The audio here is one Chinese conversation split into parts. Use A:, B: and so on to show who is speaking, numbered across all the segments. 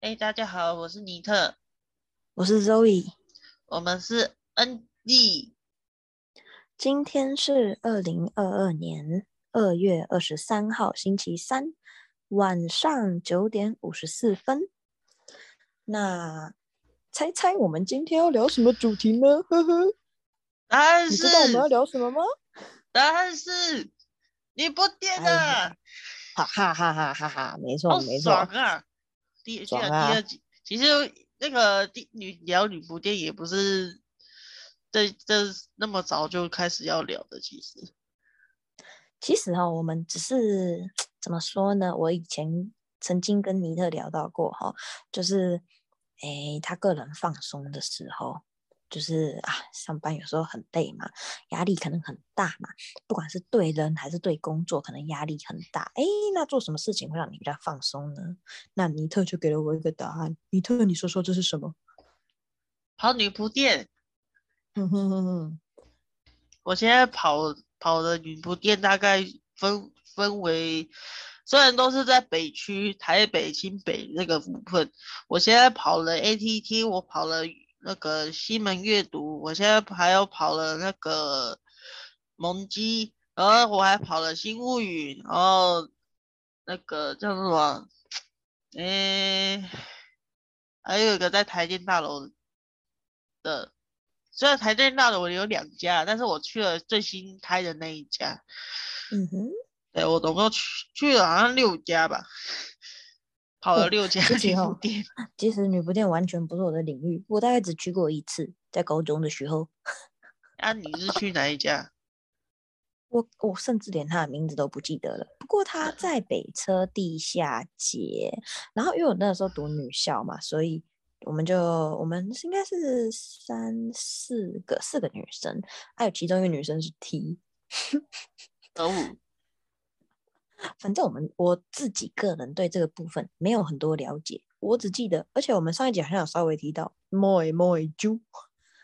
A: 哎，大家好，我是尼特，
B: 我是 Zoe，
A: 我们是 NG。
B: 今天是二零二二年二月二十三号星期三晚上九点五十四分。那猜猜我们今天要聊什么主题呢？呵呵，
A: 但
B: 你
A: 是
B: 知道我们要聊什么吗？
A: 但是你不点
B: 哎
A: 啊，
B: 哈哈哈哈哈哈，没错
A: 好
B: 没错
A: 爽，啊！第
B: 爽
A: 第
B: 啊
A: 二集，其实那个第女聊女仆店也不是这这那么早就开始要聊的，其实
B: 其实哈、我们只是怎么说呢？我以前曾经跟尼特聊到过哈、就是诶，他个人放松的时候，就是啊，上班有时候很累嘛，压力可能很大嘛，不管是对人还是对工作，可能压力很大。诶，那做什么事情会让你比较放松呢？那尼特就给了我一个答案。尼特，你说说这是什么？
A: 跑女仆店，
B: 哼哼哼哼，
A: 我现在跑跑的女仆店大概分分为，虽然都是在北区、台北、新北那个部分，我现在跑了 ATT，我跑了那个西门阅读，我现在还要跑了那个蒙基，然后我还跑了新物语，然后那个叫什么？诶、还有一个在台电大楼的，虽然台电大楼有两家，但是我去了最新开的那一家。
B: 嗯哼，
A: 对我总共去去了好像六家吧，跑了
B: 哦
A: 六家
B: 自己
A: 旅
B: 哦
A: 店。
B: 其实女仆店完全不是我的领域，我大概只去过一次，在高中的时候。
A: 啊，你是去哪一家？
B: 我我甚至连他的名字都不记得了。不过他在北车地下街，然后因为我那时候读女校嘛，所以我们就我们是应该是三四个四个女生，还有其中一个女生是 T。
A: 哦，
B: 反正我们我自己个人对这个部分没有很多了解，我只记得，而且我们上一集好像有稍微提到 moi moi 猪，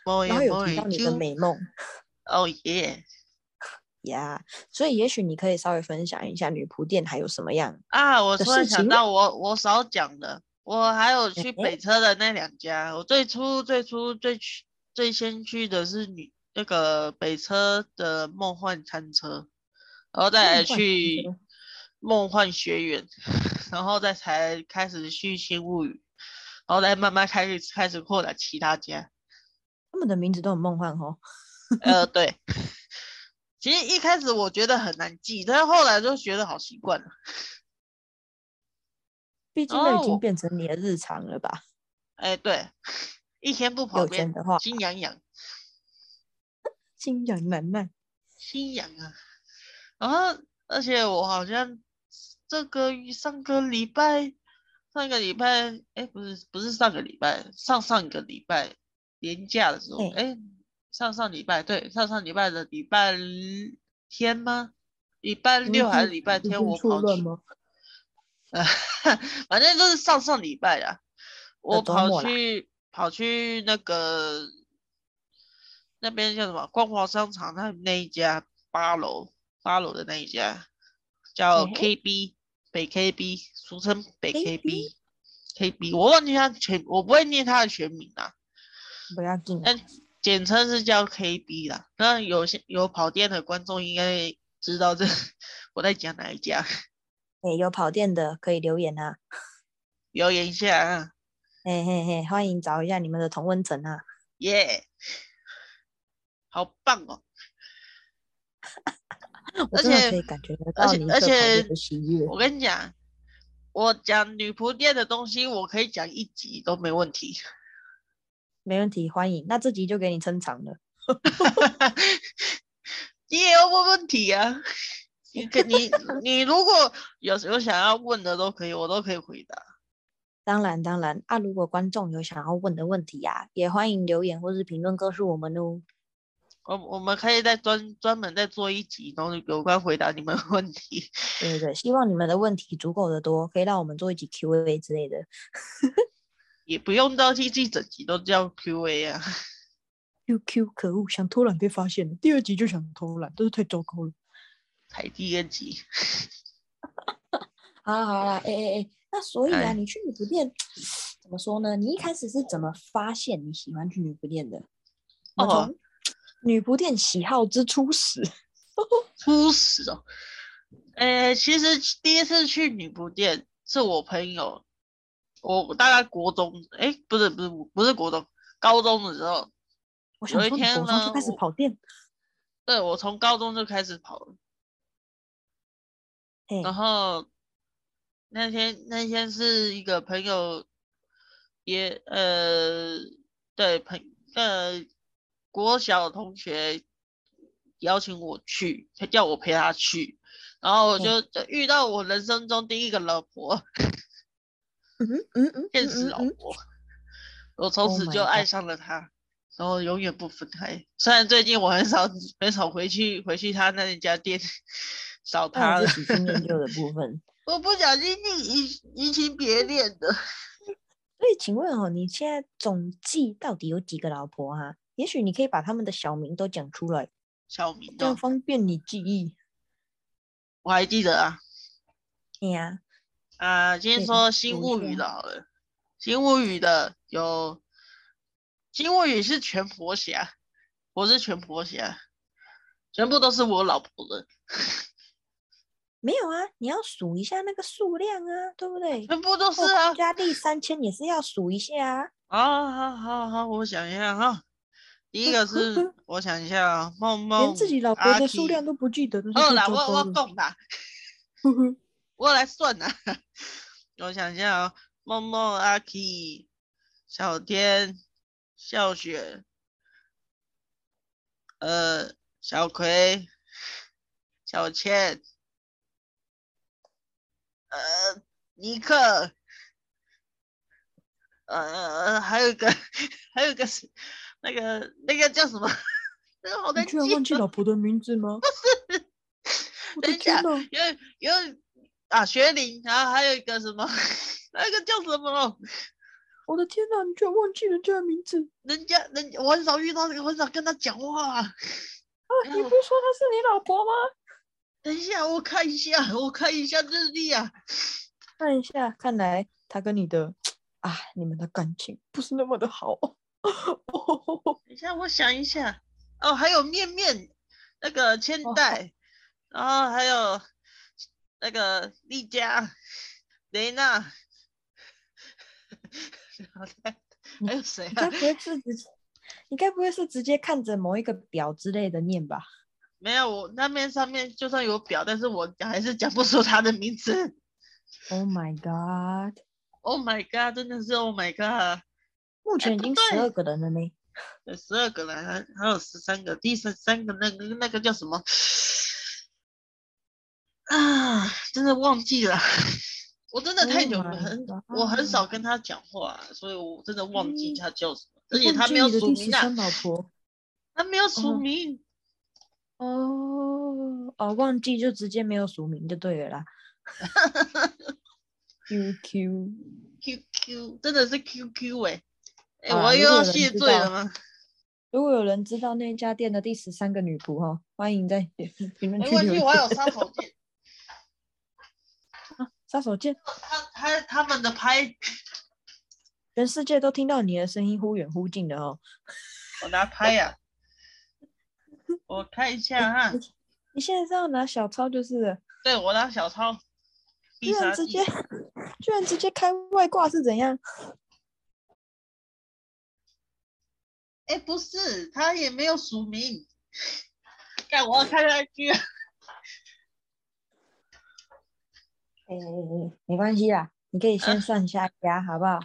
A: 莫
B: 然后
A: 言
B: 有
A: 莫
B: 提到
A: 言
B: 你的
A: 就
B: 美梦。
A: 哦耶
B: 呀所以也许你可以稍微分享一下女仆店还有什么样
A: 啊！我
B: 的
A: 突然
B: 事
A: 想
B: 情哦
A: 到我，我少讲了，我还有去
B: 诶
A: 北车的那两家。我最初最初最去最先去的是女那个北车的梦幻餐车，然后再来
B: 梦幻餐
A: 去
B: 车
A: 梦幻学园，然后再才开始去新物语，然后再慢慢开始开始扩展其他家。
B: 他们的名字都很梦幻哦。
A: 呃，对。 其实一开始我觉得很难记，但是后来就觉得好习惯了。
B: 毕竟那
A: 哦
B: 已
A: 我
B: 经变成你的日常了吧？
A: 哎，对，一天不跑
B: 有
A: 遍
B: 钱的话
A: 心痒痒，
B: 心痒难耐。
A: 心痒啊。然后，而且我好像这个上个礼拜，上个礼拜，哎，不是不是上个礼拜，上上个礼拜年假的时候，
B: 对
A: 哎，上上礼拜，对，上上礼拜的礼拜天吗？礼拜
B: 你
A: 六还
B: 已
A: 是礼拜
B: 经
A: 天？我
B: 出
A: 跑
B: 论
A: 去
B: 吗？
A: 呃， 反正就是上上礼拜啦，我
B: 周
A: 跑
B: 末啦
A: 去跑去那个那边叫什么光华商场那那一家八楼八楼的那一家叫
B: 嘿
A: KB 北 KB，俗称北
B: KB
A: KB KB，我忘记他全，我不会念他的全名啦，
B: 不要紧啊，
A: 但简称是叫 KB 啦。那有些有跑店的观众应该知道这 我在讲哪一家，
B: 哎、有跑店的可以留言啊，
A: 留言一下啊。
B: 嘿嘿嘿，欢迎找一下你们的同温层啊。
A: 耶好棒哦！
B: 我
A: 而
B: 真的
A: 且
B: 可以感觉得
A: 而
B: 到
A: 且
B: 你
A: 而
B: 对跑店
A: 且
B: 的喜悦。
A: 我跟你讲，我讲女仆店的东西，我可以讲一集都没问题。
B: 没问题，欢迎。那这集就给你撑场了。
A: 你也要问问题啊！你可你你如果有有想要问的都可以，我都可以回答。
B: 当然当然啊，如果观众有想要问的问题啊，也欢迎留言或是评论告诉我们哦。
A: 我我们可以再专专门再做一集，然后有关回答你们的问题。
B: 对对对，希望你们的问题足够的多，可以让我们做一集 Q&A 之类的。
A: 也不用到一季整集都叫 Q&A 啊。
B: QQ 可恶，想偷懒被发现了，第二集就想偷懒，真是太糟糕了。
A: 才第二集，
B: 好啦好啦，哎哎哎，那所以啊，
A: 哎
B: 你去女仆店怎么说呢？你一开始是怎么发现你喜欢去女仆店的？我
A: 哦
B: 从女仆店喜好之初始，
A: 初始哦。呃，其实第一次去女仆店是我朋友，我大概国中，哎，不是不是不是国中，高中的时候，
B: 我想
A: 有一
B: 说你
A: 天
B: 国中就
A: 呢
B: 开始
A: 我
B: 跑店，
A: 对我从高中就开始跑了。
B: 哎、
A: 然后那天那天是一个朋友也呃对朋呃国小同学邀请我去，他叫我陪他去，然后我
B: 嗯
A: 就就遇到我人生中第一个老婆，
B: 嗯哼嗯嗯，
A: 现
B: 嗯
A: 实
B: 嗯
A: 老
B: 嗯
A: 婆，我从
B: Oh
A: 此
B: my
A: 就爱
B: god
A: 上了她。然后永远不分开，虽然最近我很少很少回去回去他那一家店找他
B: 那
A: 了
B: 我，是喜新厌旧的部分。
A: 嗯 我不小心就移移情别恋的。
B: 所以，请问哦，你现在总计到底有几个老婆啊？也许你可以把他们的小名都讲出来，
A: 小明
B: 这样
A: 哦，
B: 方便你记忆。
A: 我还记得啊
B: 哎呀、
A: 啊，先
B: 对
A: 说新
B: 没
A: 物语
B: 错
A: 的好了，新物语的有新物语是全婆侠，我是全婆侠，全部都是我老婆的，
B: 没有啊，你要数一下那个数量啊，对不对？
A: 全部都是
B: 后
A: 啊
B: 宫佳丽哦三千也是要数一下啊。
A: 啊，好好好，我想一下哈，第一
B: 嗯
A: 个
B: 嗯
A: 是
B: 嗯
A: 我想一下啊，梦梦
B: 连自己老婆
A: 阿
B: 的数
A: K
B: 量都不记得，真是
A: 好
B: 太
A: 啦，
B: 糟
A: 我
B: 糕
A: 我
B: 了。
A: 讲啦，
B: 呵呵
A: 我来算啦， 我想一下啊，梦梦阿 K 小天笑雪。呃，小葵、小倩，呃，尼克，呃，还有一个， 还有一个是那个那个叫什么？ 那个好
B: 你
A: 难
B: 居
A: 记
B: 然忘记
A: 哦。
B: 老婆的名 字吗？我
A: 等
B: 的
A: 一下
B: 天哪！
A: 有有啊，学林，然后还有一个什么？ 那个叫什么？哦
B: 我的天哪！你居然忘记人家的名字啊！
A: 人家人家我很少遇到这个，我很少跟他讲话、啊。
B: 你不是说她是你老婆吗？
A: 等一下，我看一下，我看一下日历啊。
B: 看一下，看来他跟你的啊，你们的感情不是那么的好。哦
A: 等一下，我想一下。哦，还有面面，那个千
B: 哦好
A: 代，然后还有那个丽佳、雷娜，然后再 还有谁
B: 嗯你
A: 啊
B: 该？不会是直接，你该不会是直接看着某一个表之类的念吧？
A: 没有，我那边上面就算有表，但是我讲还是讲不出他的名字。
B: ？Oh my god！
A: Oh my god，真的是 Oh my god！
B: 目前
A: 哎
B: 已
A: 不
B: 经
A: 对
B: 十二个人了呢。
A: 有十二个人，还还有十三个，第十三个那个那个叫什么？啊，真的忘记了，我真的太
B: Oh
A: 久
B: my
A: 很我很少
B: god
A: 跟他讲话，所以我真的忘记
B: 嗯
A: 他叫什么，而且
B: 忘
A: 他
B: 记
A: 没有
B: 你的
A: 署
B: 第
A: 名
B: 十
A: 啊
B: 三，老婆
A: 他没有署
B: 哦
A: 名，
B: 哦哦，忘记就直接没有署名就对了啦。QQ，
A: QQ 真的是 QQ 哎、哎、
B: 好啦
A: 我
B: 如
A: 又要
B: 果有人
A: 谢
B: 知
A: 罪
B: 道
A: 了吗？
B: 如果有人知道那家店的第十三个女仆哦，欢迎在评论
A: 没
B: 区
A: 关
B: 留
A: 系，
B: 言
A: 我还有杀手锏，
B: 杀手锏。
A: 他他他们的拍，
B: 全世界都听到你的声音，忽远忽近的哦。
A: 我拿拍呀、我看一下哈、
B: 你现在是要拿小抄就是了，
A: 对我拿小抄，
B: 居
A: 必
B: 然
A: 杀
B: 直
A: 技
B: 接，居然直接开外挂是怎样？
A: 哎、不是，他也没有署名。看，我要看他居然
B: 哎、没关系啦，你可以先算一下家，好不好？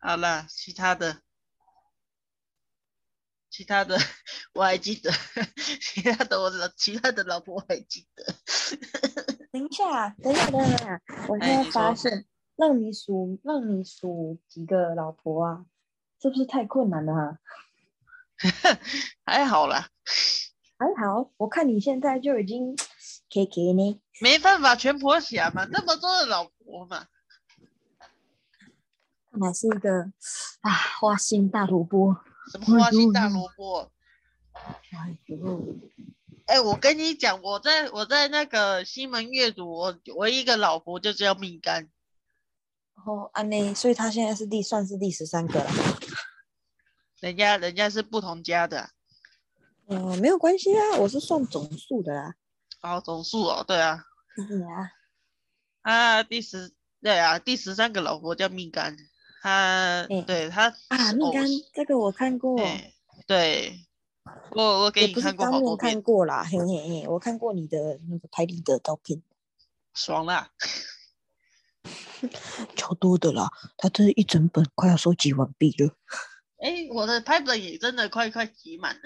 A: 好啦，其他的，其他的 我还记得， 其他的我老，其他的老婆我还记得。
B: 等一下，等一下，等一下，我现
A: 哎
B: 在
A: 你
B: 发
A: 说
B: 现，让你数，让你数几个老婆啊，是不是太困难了啊？
A: 哎还好啦，
B: 还好，我看你现在就已经 K K 呢。
A: 没办法，全婆媳嘛，那么多的老婆嘛，
B: 看来是一个啊，花心大萝卜。
A: 什么花心大萝卜，
B: 哎呦，
A: 哎、我跟你讲，我在我在那个西门阅读，我唯一一个老婆就只有蜜柑，
B: 然后安内，所以他现在是第算是第十三个了。
A: 人家人家是不同家的、啊，
B: 呃，没有关系啊，我是算总数的啦。
A: 哦，总数哦，对啊，
B: 是啊，
A: 啊，第十对啊，第十三个老婆叫蜜柑，她
B: 哎
A: 对她
B: 啊，
A: 是
B: 蜜
A: 偶
B: 柑这个我看过，
A: 哎，对，我我给
B: 也
A: 你
B: 不是
A: 看过
B: 当
A: 好
B: 面
A: 多
B: 看
A: 遍，
B: 过啦，嘿嘿嘿，我看过你的那个拍立得照片，
A: 爽啦！
B: 超多的啦，他这一整本快要收集完毕了。
A: 哎，我的拍本也真的快快挤满了。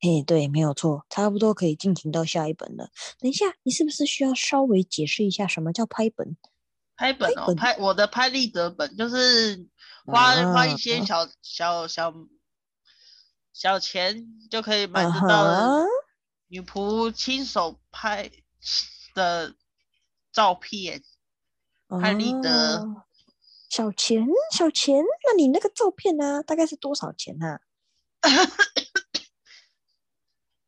B: 嘿，对，没有错，差不多可以进行到下一本了。等一下，你是不是需要稍微解释一下什么叫拍本？
A: 拍本
B: 拍
A: 哦，
B: 本哦
A: 拍我的拍立得本就是花、花一些
B: 啊
A: 小小小小钱就可以买
B: 啊
A: 得
B: 哈
A: 到女仆亲手拍的照片。拍立得
B: 哦小钱，小钱，那你那个照片呢、大概是多少钱啊？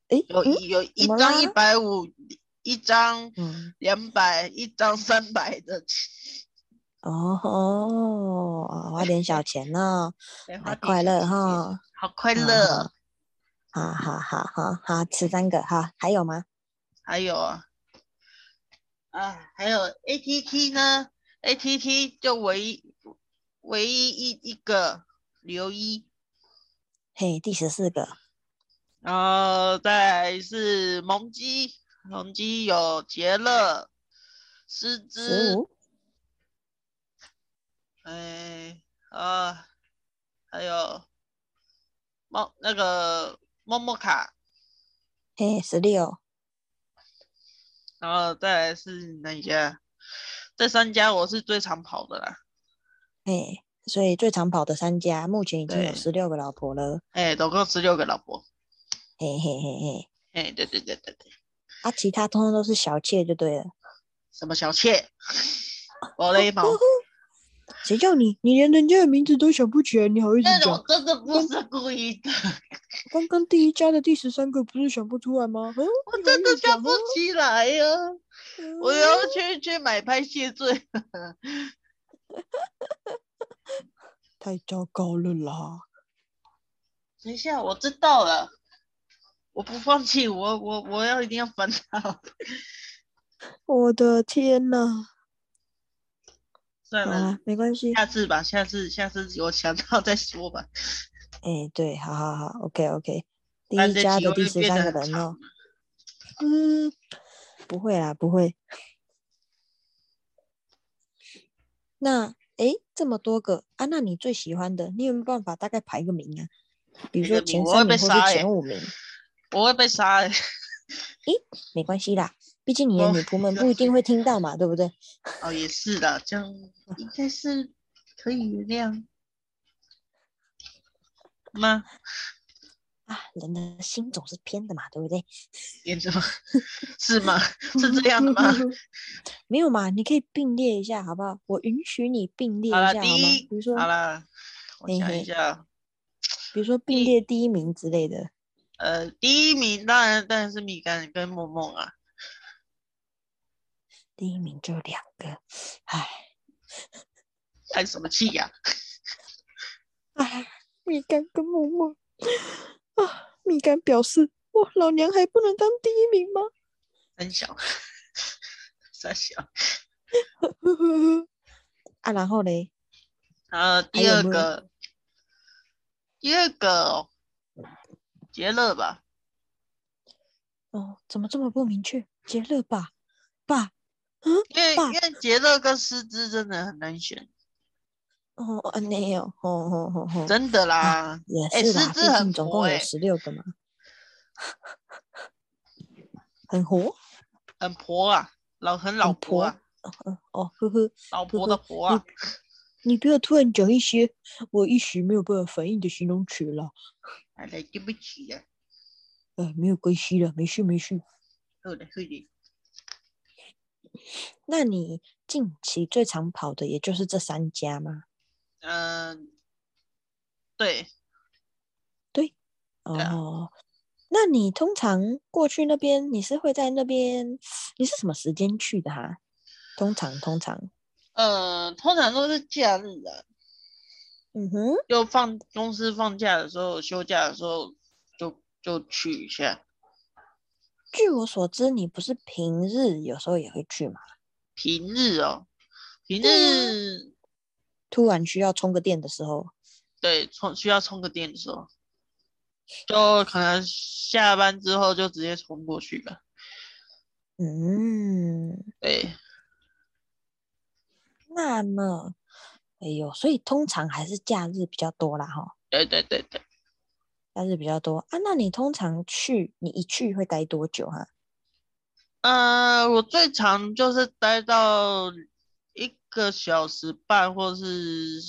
B: 诶，
A: 有
B: 嗯
A: 一有一
B: 怎么
A: 张
B: 啦
A: 一百五，一张
B: 嗯，
A: 两百，一张三百的，
B: 哦吼，啊花点小 钱呢、
A: 哎
B: 买快乐，哈，
A: 好快
B: 嗯
A: 乐
B: 好
A: 哦。
B: 哈哈哈哈哈，十三个哈，还有吗？
A: 还有啊，啊，还有 ATT 呢，ATT 就唯一唯一一一个刘一，
B: 嘿，第十四个，
A: 然后再来是萌鸡，萌鸡有杰乐、狮
B: 十
A: 子，
B: 五，
A: 哎啊，还有猫那个莫莫卡，
B: 嘿，十六，
A: 然后再来是哪一家？这三家我是最常跑的啦，
B: 嘿，所以最长跑的三家，目前已经有
A: 对
B: 十六个老婆了，
A: 哎，总共十六个老婆，
B: 嘿嘿嘿嘿，
A: 哎，对对对对对。
B: 啊，其他通通都是小妾就对了。
A: 什么小妾，我的 毛，
B: 谁叫你？你连人家的名字都想不起来，你好意思
A: 但是我
B: 讲？
A: 真的不是故意 的，
B: 刚刚第一家的第十三个不是想不出来吗？嗯，
A: 我
B: 你好
A: 真
B: 意
A: 的
B: 思
A: 想
B: 讲
A: 不
B: 啊
A: 起来呀、我
B: 嗯
A: 要去去买拍谢罪，
B: 太糟糕了啦！
A: 等一下，我知道了，我不放弃，我我我要一定要翻到。
B: 我的天呐！
A: 算
B: 好啊
A: 了
B: 啦，，没关系。
A: 下次吧，下次下次我想到再说吧。
B: 哎、对，好好好，OK OK。第
A: 但
B: 一
A: 这
B: 家
A: 集
B: 的
A: 会
B: 第
A: 不会
B: 十
A: 变
B: 三
A: 得
B: 个
A: 很
B: 人
A: 长
B: 哦，嗯，不会啦，不会。那哎、诶这么多个啊，那你最喜欢的，你有没有办法大概排个名啊？比如
A: 排个
B: 说
A: 名
B: 前
A: 我会
B: 三
A: 被
B: 名
A: 杀欸
B: 或是前五名。
A: 我会被杀、欸，
B: 没关系啦，毕竟你的
A: 我
B: 女仆们不一定会听到嘛，对不对？
A: 哦，也是的，这样应该是可以原谅 吗？
B: 啊，人的心总是偏的嘛，对不对？
A: 演什么？是吗？是 这样的吗？？
B: 没有嘛，你可以并列一下，好不好？我允许你并列一
A: 好了，
B: 下，
A: 第
B: 好吗？
A: 一
B: 比如说，
A: 好了，我
B: 嘿
A: 想
B: 嘿
A: 一下，
B: 比如说并列第一名之类的。
A: 呃，第一名当然当然是米干跟梦梦啊，
B: 第一名就两个，唉
A: 叹什么气呀、
B: 唉，米干啊跟默默啊，米干表示，哇，老娘还不能当第一名吗？
A: 三小，三小。
B: 呵呵呵。啊，然后嘞，
A: 然后第
B: 有
A: 二
B: 没有
A: 个，第二个哦，杰乐吧，
B: 哦，怎么这么不明确？杰乐吧，爸，嗯，
A: 因为因
B: 爸
A: 为杰乐跟师之真的很难选，
B: 哦，安内哦，哦哦哦哦，
A: 真的啦。
B: 也
A: 哎
B: 是
A: 狮
B: 啦，毕
A: 子很
B: 竟总
A: 活
B: 共有
A: 欸
B: 十六个嘛，很活，
A: 很婆啊，老很老
B: 很
A: 婆啊，
B: 嗯哦，呵呵，
A: 老
B: 不
A: 婆
B: 会
A: 的婆啊，
B: 你不要突然讲一些我一时没有办法反应的形容词啦，
A: 哎，来对不起啊，
B: 呃，没有关系啦，没事没事。
A: 后来后来，
B: 那你近期最常跑的也就是这三家吗？
A: 嗯、对，
B: 对，
A: 啊
B: 哦，那你通常过去那边，你是会在那边，你是什么时间去的哈、啊通常，通常，
A: 呃，通常都是假日啊，
B: 嗯哼，
A: 就放公司放假的时候、休假的时候就就去一下。
B: 据我所知，你不是平日有时候也会去嘛？
A: 平日哦，平
B: 对啊
A: 日
B: 突然需要充个电的时候，
A: 对充需要充个电的时候，就可能下班之后就直接冲过去吧。
B: 嗯，
A: 对，
B: 那么，哎呦，所以通常还是假日比较多啦，哈，
A: 对对对对，
B: 假日比较多啊。那你通常去，你一去会待多久啊哈、
A: 呃，我最长就是待到一个小时半或是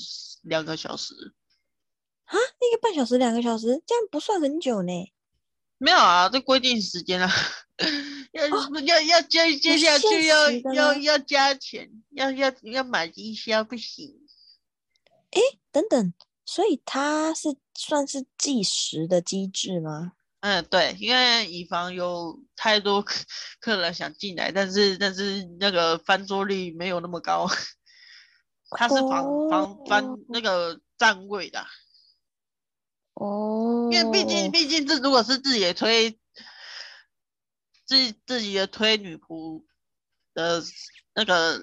A: 两个小时，
B: 啊，一个半小时、两个小时，这样不算很久呢。
A: 没有啊，这规定时间啊， 要、要要接接
B: 哦有
A: 下
B: 限
A: 去要
B: 时的
A: 要
B: 吗
A: 要加钱，要要要买低消不行。
B: 等等，所以它是算是计时的机制吗？
A: 嗯，对，因为以防有太多客客人想进来，但是但是那个翻桌率没有那么高， 它是防防翻
B: 哦
A: 那个站位的啊，
B: 哦，
A: 因为毕竟毕竟这如果是自己的推，自自己的推女仆的那个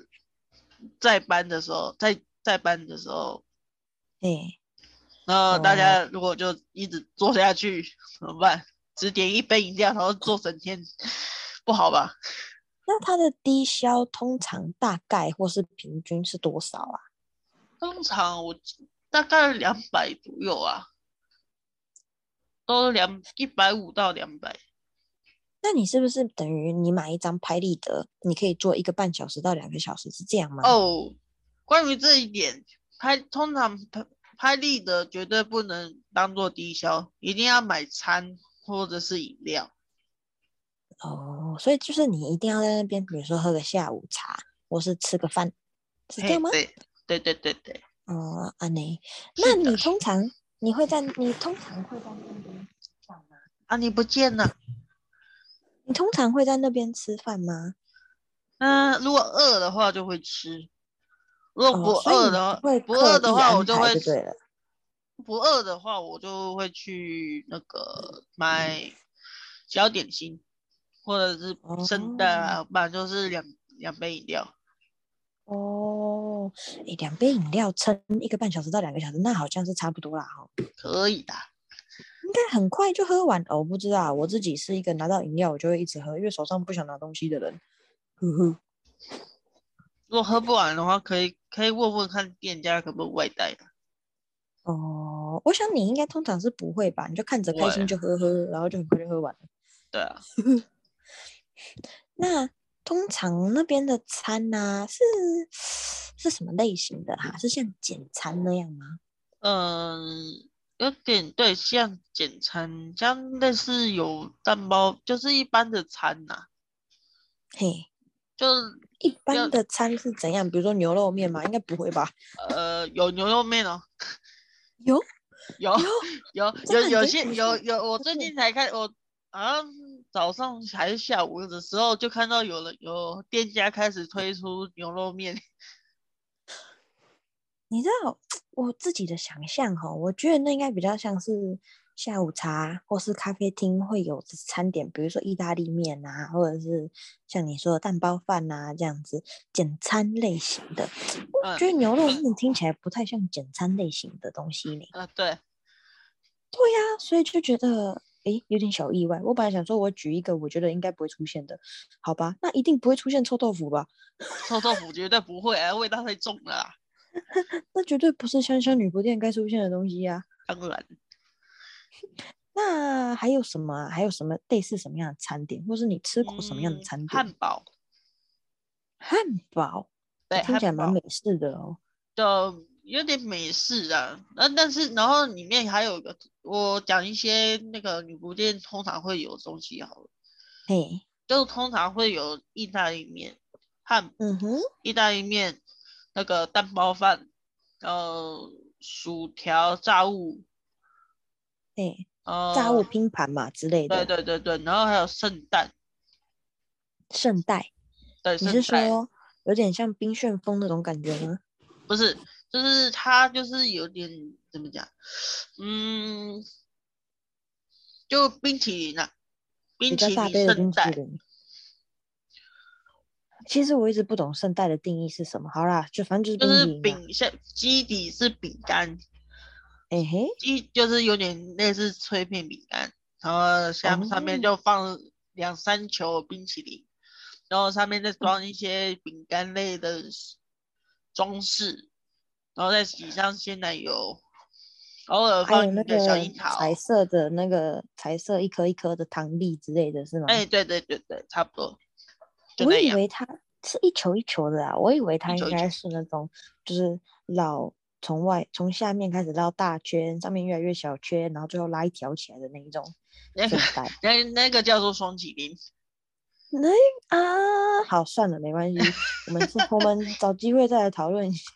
A: 在班的时候，在在班的时候，
B: 哎，
A: 那大
B: 哦
A: 家如果就一直做下去怎么办？只点一杯饮料，然后做整天，不好吧？
B: 那它的低消通常大概或是平均是多少啊？
A: 通常我记大概两百左右啊，都两一百五到两百。
B: 那你是不是等于你买一张拍立得，你可以做一个半小时到两个小时，是这样吗？，
A: 哦，关于这一点，拍通常拍拍立得绝对不能当做低消，一定要买餐或者是饮料。
B: 哦，所以就是你一定要在那边，比如说喝个下午茶，或是吃个饭，是这
A: 嘿
B: 样吗？
A: 对对对对对，
B: 哦，安、妮，那
A: 是的
B: 你通常你会在你通常会在那边吃饭吗？
A: 啊，你不见了。
B: 你通常会在那边吃饭吗？
A: 嗯，如果饿的话就会吃，如果
B: 哦
A: 不
B: 所以
A: 饿
B: 你
A: 的话，
B: 不会
A: 不
B: 刻
A: 饿的
B: 意
A: 话我
B: 安
A: 就
B: 排
A: 会
B: 就
A: 吃
B: 对了。
A: 不饿的话我就会去那个买小点心，或者是生的啊，不然就是两两杯饮料。
B: 哦，诶，两杯饮料撑一个半小时到两个小时，那好像是差不多啦哈、
A: 可以的，
B: 应该很快就喝完哦。我不知道，我自己是一个拿到饮料我就会一直喝，因为手上不想拿东西的人。呵呵，
A: 如果喝不完的话，可以可以问问看店家可不可以外带的。
B: 哦，我想你应该通常是不会吧？你就看着开
A: 对
B: 心就喝喝，然后就很快就喝完了。
A: 对啊，
B: 那通常那边的餐呢、是是什么类型的哈、啊是像简餐那样吗？
A: 嗯，有点对，像简餐，像类似有蛋包，就是一般的餐呐、
B: 嘿，
A: 就是
B: 一
A: 要
B: 般的餐是怎样？比如说牛肉面吗？应该不会吧？
A: 呃有牛肉面哦，
B: 有
A: 有
B: 有
A: 有
B: 真
A: 有有
B: 的很多
A: 些
B: 厨
A: 有
B: 师
A: 有，我最
B: 是
A: 近才看，我好像早上还是下午的时候就看到有了有店家开始推出牛肉面，
B: 你知道我自己的想象哈，我觉得那应该比较像是下午茶或是咖啡厅会有的餐点，比如说意大利面啊，或者是像你说的蛋包饭啊这样子简餐类型的。我
A: 嗯
B: 觉得牛肉面听起来不太像简餐类型的东西呢。
A: 啊对，
B: 对呀、所以就觉得诶有点小意外。我本来想说我举一个我觉得应该不会出现的，好吧，那一定不会出现臭豆腐吧？
A: 臭豆腐绝对不会啊，味道太重了啊、
B: 那绝对不是香香女仆店该出现的东西呀、
A: 当然。
B: 那还有什么啊？还有什么类似什么样的餐点，或是你吃过什么样的
A: 嗯
B: 餐点？
A: 汉堡，
B: 汉堡，
A: 对，
B: 听起来
A: 汉
B: 蛮
A: 堡
B: 美式的哦。
A: 就有点美式啊，那但是然后里面还有一个，我讲一些那个女仆店通常会有的东西好了，
B: 嘿，
A: 就通常会有意大利面、汉
B: 嗯哼，
A: 意大利面、那个蛋包饭，呃，薯条、炸物，
B: 嘿，
A: 呃，
B: 炸物拼盘嘛之类
A: 对
B: 的。
A: 对对对，然后还有圣诞，
B: 圣代，
A: 对，
B: 你
A: 圣
B: 是
A: 诞
B: 说有点像冰旋风那种感觉吗？
A: 不是，就是它就是有点怎么讲，嗯，就冰淇淋啊，
B: 比
A: 冰
B: 较
A: 淇
B: 大
A: 淋
B: 杯的
A: 圣
B: 冰淇
A: 代，
B: 淋。其实我一直不懂圣代的定义是什么。好啦，就反正就
A: 就是是
B: 冰淇淋、啊。
A: 饼像基底是饼干，
B: 哎、嘿，
A: 基就是有点类似脆片饼干，然后下上面
B: 哦
A: 就放两三球冰淇淋，然后上面
B: 嗯
A: 再装一些饼干类的装饰，然后再挤上鲜奶油，偶尔
B: 还
A: 放
B: 有那
A: 一个小
B: 个
A: 樱桃。
B: 彩色的那个彩色一颗一颗的糖粒之类的是吗？
A: 哎、对对对对，差不多，就
B: 我
A: 那
B: 以
A: 样。
B: 为它是一球一球的啊，我以为它
A: 球
B: 应
A: 一
B: 该是那种就是绕从外从下面开始绕大圈，上面越来越小圈，然后最后拉一条起来的那一种
A: 那个
B: 圣代。
A: 那那个叫做双麒麟，
B: 那啊，好，算了，没关系，我们是我们找机会再来讨论一下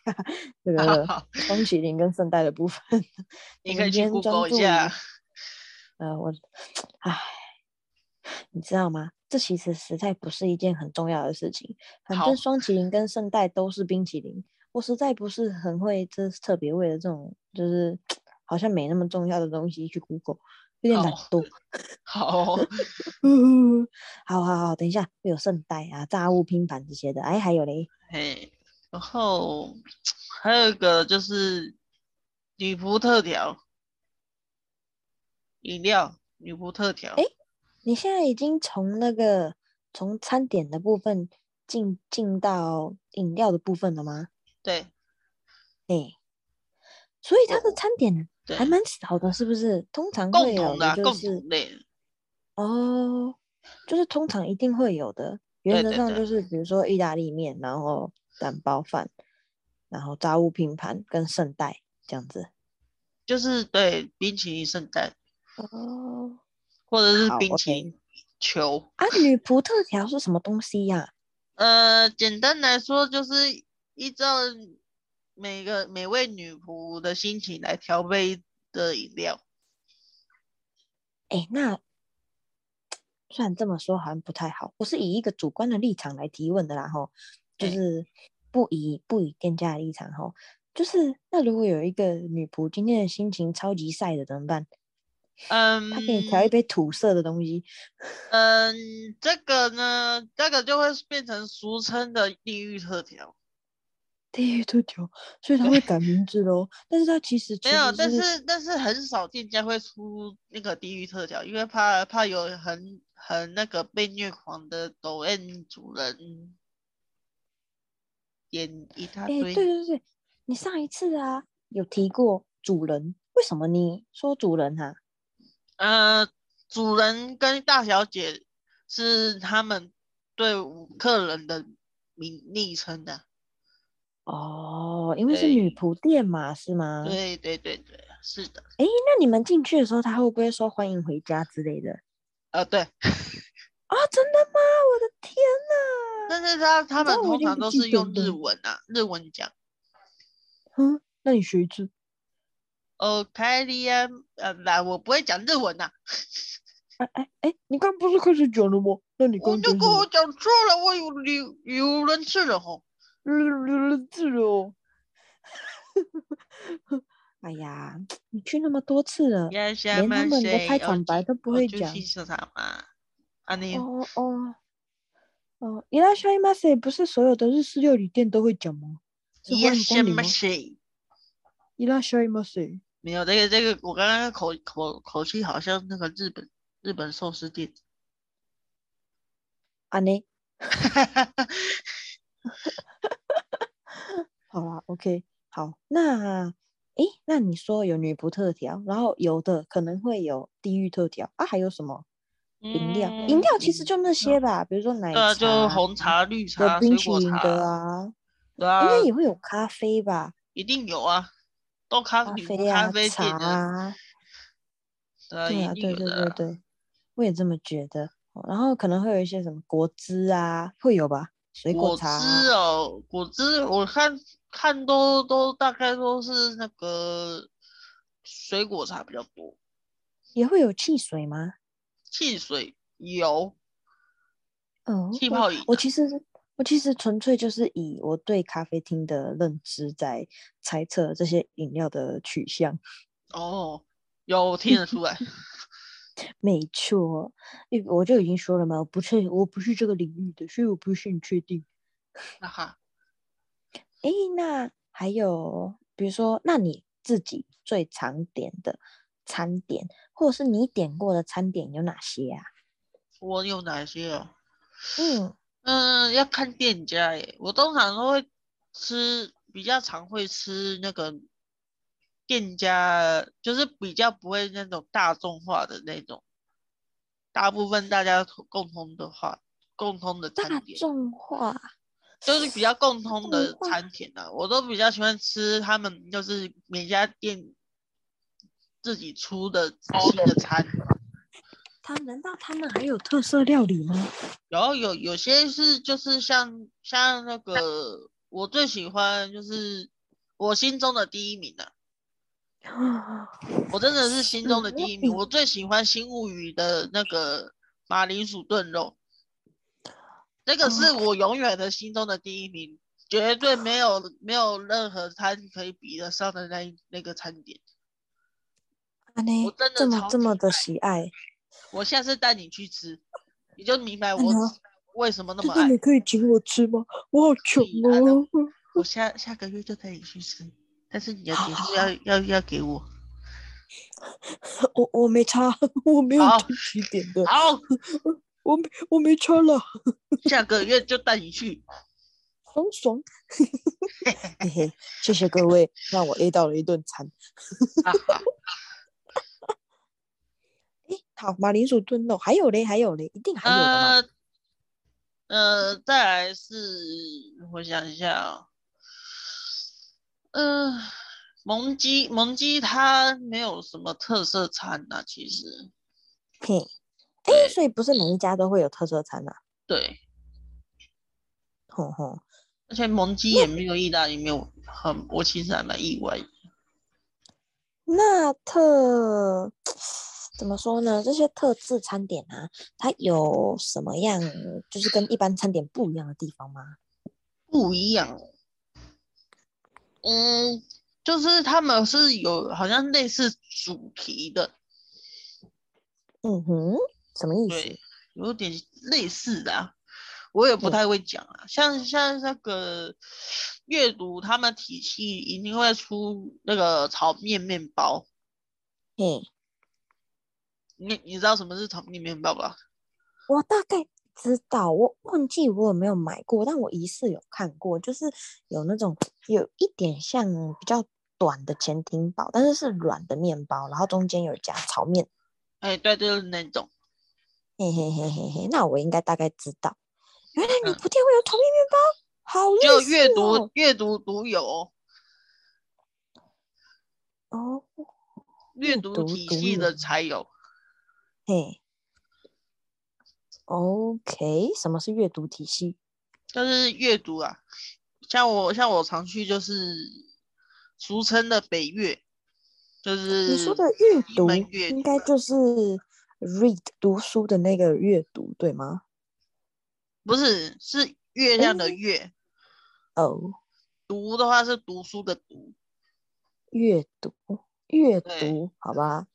B: 这个
A: 好
B: 双麒麟跟圣代的部分。
A: 你
B: 我
A: 可
B: 们
A: 以去
B: 今天专
A: Google 一
B: 注于
A: 下。
B: 呃，我，唉，你知道吗？这其实实在不是一件很重要的事情。反
A: 好
B: 正双麒麟跟圣代都是冰淇淋，我实在不是很会，就是特别为了这种就是好像没那么重要的东西去 Google，有点懒
A: 好
B: 惰。
A: 好，
B: 嗯好好好，等一下会有圣代啊、炸物拼盘这些的。哎，还有嘞，
A: 嘿，然后还有一个就是女仆特调饮料，女仆特调。
B: 诶你现在已经从那个从餐点的部分进进到饮料的部分了吗？
A: 对
B: 对，所以它的
A: 我
B: 餐点
A: 对
B: 还，蛮少的，是不是？通常
A: 哦共
B: 会有
A: 同的、
B: 的
A: 啊、
B: 就
A: 共
B: 是
A: 同类的，
B: 哦，就是通常一定会有的，原
A: 对
B: 则
A: 对
B: 上
A: 对
B: 就是比如说意大利面，然后蛋包饭，然后炸物拼盘跟圣代这样子。
A: 就是对冰淇淋圣诞
B: 哦，
A: 或者是
B: 好
A: 冰淇
B: ，OK。
A: 淋球。
B: 啊，女仆特调是什么东西呀、
A: 呃，简单来说就是依照每个每位女仆的心情来调配的饮料。
B: 诶哎，那虽然这么说好像不太好，我是以一个主观的立场来提问的啦吼，就
A: 对
B: 是不以不以店家的立场吼，就是那如果有一个女仆今天的心情超级晒的怎么办？
A: 嗯
B: 她给你调一杯土色的东西，
A: 嗯，这个呢，这个就会变成俗称的地狱特调。
B: 地狱特调，所以她
A: 对
B: 会改名字喽。但是她其实
A: 没
B: 其
A: 有，
B: 实
A: 但
B: 是
A: 是但是很少店家会出那个地狱特调，因为怕怕有很很那个被虐狂的抖 M 主人点一大
B: 哎、对
A: 堆。
B: 对对，你上一次啊有提过主人，为什么你说主人啊？
A: 呃，主人跟大小姐是他们对五客人的名昵称啊的。
B: 哦，因为是女
A: 对，
B: 仆店嘛，是吗？
A: 对对对对，是的。
B: 哎，那你们进去的时候，他会不会说欢迎回家之类的？
A: 呃，对，
B: 啊、真的吗？我的天呐！
A: 但是他他
B: 你知
A: 们
B: 道我
A: 通
B: 已经
A: 常
B: 不
A: 都
B: 记
A: 是
B: 得
A: 用日
B: 了。
A: 文啊，日文讲。
B: 哼，那你学一次。
A: 哦，凯利亚，呃，来，我不会讲日文呐、啊
B: 哎哎哎，你刚不是开始讲了吗？那你
A: 我
B: 刚
A: 就
B: 讲
A: 跟
B: 什
A: 我
B: 么？
A: 讲错了，我有有有人吃了吼。
B: 字哦。 哎呀，你去那么多次了，
A: 呀，下
B: 嗯连他
A: 面
B: 们的
A: 谁
B: 开
A: 要
B: 场白
A: 进？
B: 都不
A: 我
B: 会
A: 就
B: 讲。
A: 欣赏他嘛。啊，你
B: 哦哦哦，伊拉夏伊马塞不是所有的日式料理店都会讲吗？是
A: 呀，
B: 欢迎
A: 什
B: 光临哦
A: 么
B: 吗？
A: 谁？
B: 伊拉夏伊马塞。
A: 没有这个这个，我刚刚口口口气好像那个日本日本寿司店， 啊
B: 安内。好啦，OK，好，那诶，那你说有女仆特调，然后有的可能会有地狱特调啊，还有什么饮料？饮
A: 嗯，
B: 料其实就那些
A: 嗯
B: 吧，比如说奶
A: 对啊，就
B: 茶，
A: 红茶、绿
B: 有
A: 茶、
B: 冰
A: 水
B: 淇
A: 果
B: 淋的
A: 茶，
B: 啊，
A: 对
B: 应
A: 啊，
B: 该也会有咖啡吧，
A: 一定有啊，都咖
B: 咖
A: 女
B: 啡
A: 仆咖
B: 啊，
A: 啡
B: 茶
A: 店的，
B: 啊，
A: 对啊，
B: 对
A: 一
B: 啊，
A: 定
B: 对
A: 有
B: 对
A: 的
B: 对
A: 啊。
B: 对，我也这么觉得。哦然后可能会有一些什么果汁啊，会有吧，水果
A: 果
B: 茶
A: 汁
B: 啊，
A: 哦，果汁我看看都都大概都是那个水果茶比较多，
B: 也会有汽水吗？
A: 汽水有
B: 嗯，
A: 气
B: 我
A: 泡饮
B: 哦我
A: 啊
B: 其实我其实纯粹就是以我对咖啡厅的认知在猜测这些饮料的取向。
A: 哦，有听得出来。
B: 没错，因为我就已经说了嘛，我不是我不是这个领域的，所以我不是很确定。
A: 哈哈，
B: 诶，那还有比如说，那你自己最常点的餐点，或者是你点过的餐点有哪些啊？
A: 我有哪些啊？
B: 嗯，
A: 嗯，要看店家耶。我通常都会吃，比较常会吃那个店家，就是比较不会那种大众化的那种，大部分大家同共通的话，共通的
B: 大
A: 餐点，
B: 众化，
A: 就是比较共通
B: 众
A: 的
B: 化
A: 餐点啊。我都比较喜欢吃他们就是每家店自己出的新的餐。
B: 他难道他们还有特色料理吗？
A: 然后有有些是就是像像那个我最喜欢就是我心中的第一名啊，我真的是心中的第一名，
B: 嗯
A: 我最喜欢新物语的那个马铃薯炖肉，那个是我永远的心中的第一名，绝对没有没有任何餐可以比得上的那一那个餐点。
B: 啊呢
A: 我真的
B: 这么
A: 超
B: 这么
A: 级
B: 的喜爱，
A: 我下次带你去吃，你就明白
B: 哎
A: 我
B: 呀
A: 为什么那么
B: 那
A: 爱
B: 你。可以请我吃吗？我好穷
A: 你啊
B: 哦。
A: 我下下个月就带你去吃，但是你的点数
B: 好
A: 要要要给我。
B: 我我没差，我没有
A: 好
B: 定期点的，
A: 好，
B: 我没我没差了，
A: 下个月就带你去。
B: 爽 爽。嘿嘿，谢谢各位，让我 A 到了一顿餐。
A: 哈哈，
B: 诶，好，马铃薯炖肉，还有嘞，还有嘞，一定还有的嘛。
A: 呃呃，再来是我想一下啊、嗯、呃，蒙鸡蒙鸡它没有什么特色餐呐、其实
B: 嘿，诶，
A: 对
B: 所以不是每一家都会有特色餐呐、
A: 对，
B: 吼吼，
A: 而且蒙鸡也没有意大利面，我很我其实还蛮意外的。
B: 那特怎么说呢？这些特制餐点啊，它有什么样，就是跟一般餐点不一样的地方吗？
A: 不一样哦。嗯，就是他们是有好像类似主题的，
B: 嗯哼，什么意思
A: 对？，有点类似的啊。我也不
B: 嗯
A: 太会讲啊，像像那个阅读，他们体系一定会出那个炒面面包。
B: 嘿，
A: 你你知道什么是炒面面包吧？
B: 我大概知道，我忘记我有没有买过，但我疑似有看过，就是有那种有一点像比较短的前庭堡，但是是软的面包，然后中间有夹炒面。
A: 哎，对，就是那种。
B: 嘿嘿嘿嘿嘿，那我应该大概知道，原来你
A: 嗯
B: 不店会有炒面面包，好类
A: 就
B: 似
A: 阅读
B: 哦。
A: 阅读独有哦
B: 哦，
A: 阅
B: 阅
A: 读
B: 读
A: 体
B: 独
A: 系的
B: 有
A: 才有。
B: 嘿，OK，什么是阅读体系？
A: 就是阅读啊，像我像我常去就是俗称的北阅，就是
B: 你说的阅
A: 嗯一
B: 读
A: 门阅
B: 应
A: 读啊
B: 该就是 read 读书的那个阅读，对吗？
A: 不是是月亮的
B: 诶
A: 月，
B: 哦，
A: 读的话是读书的读。
B: 阅读，阅
A: 对
B: 读，好吧，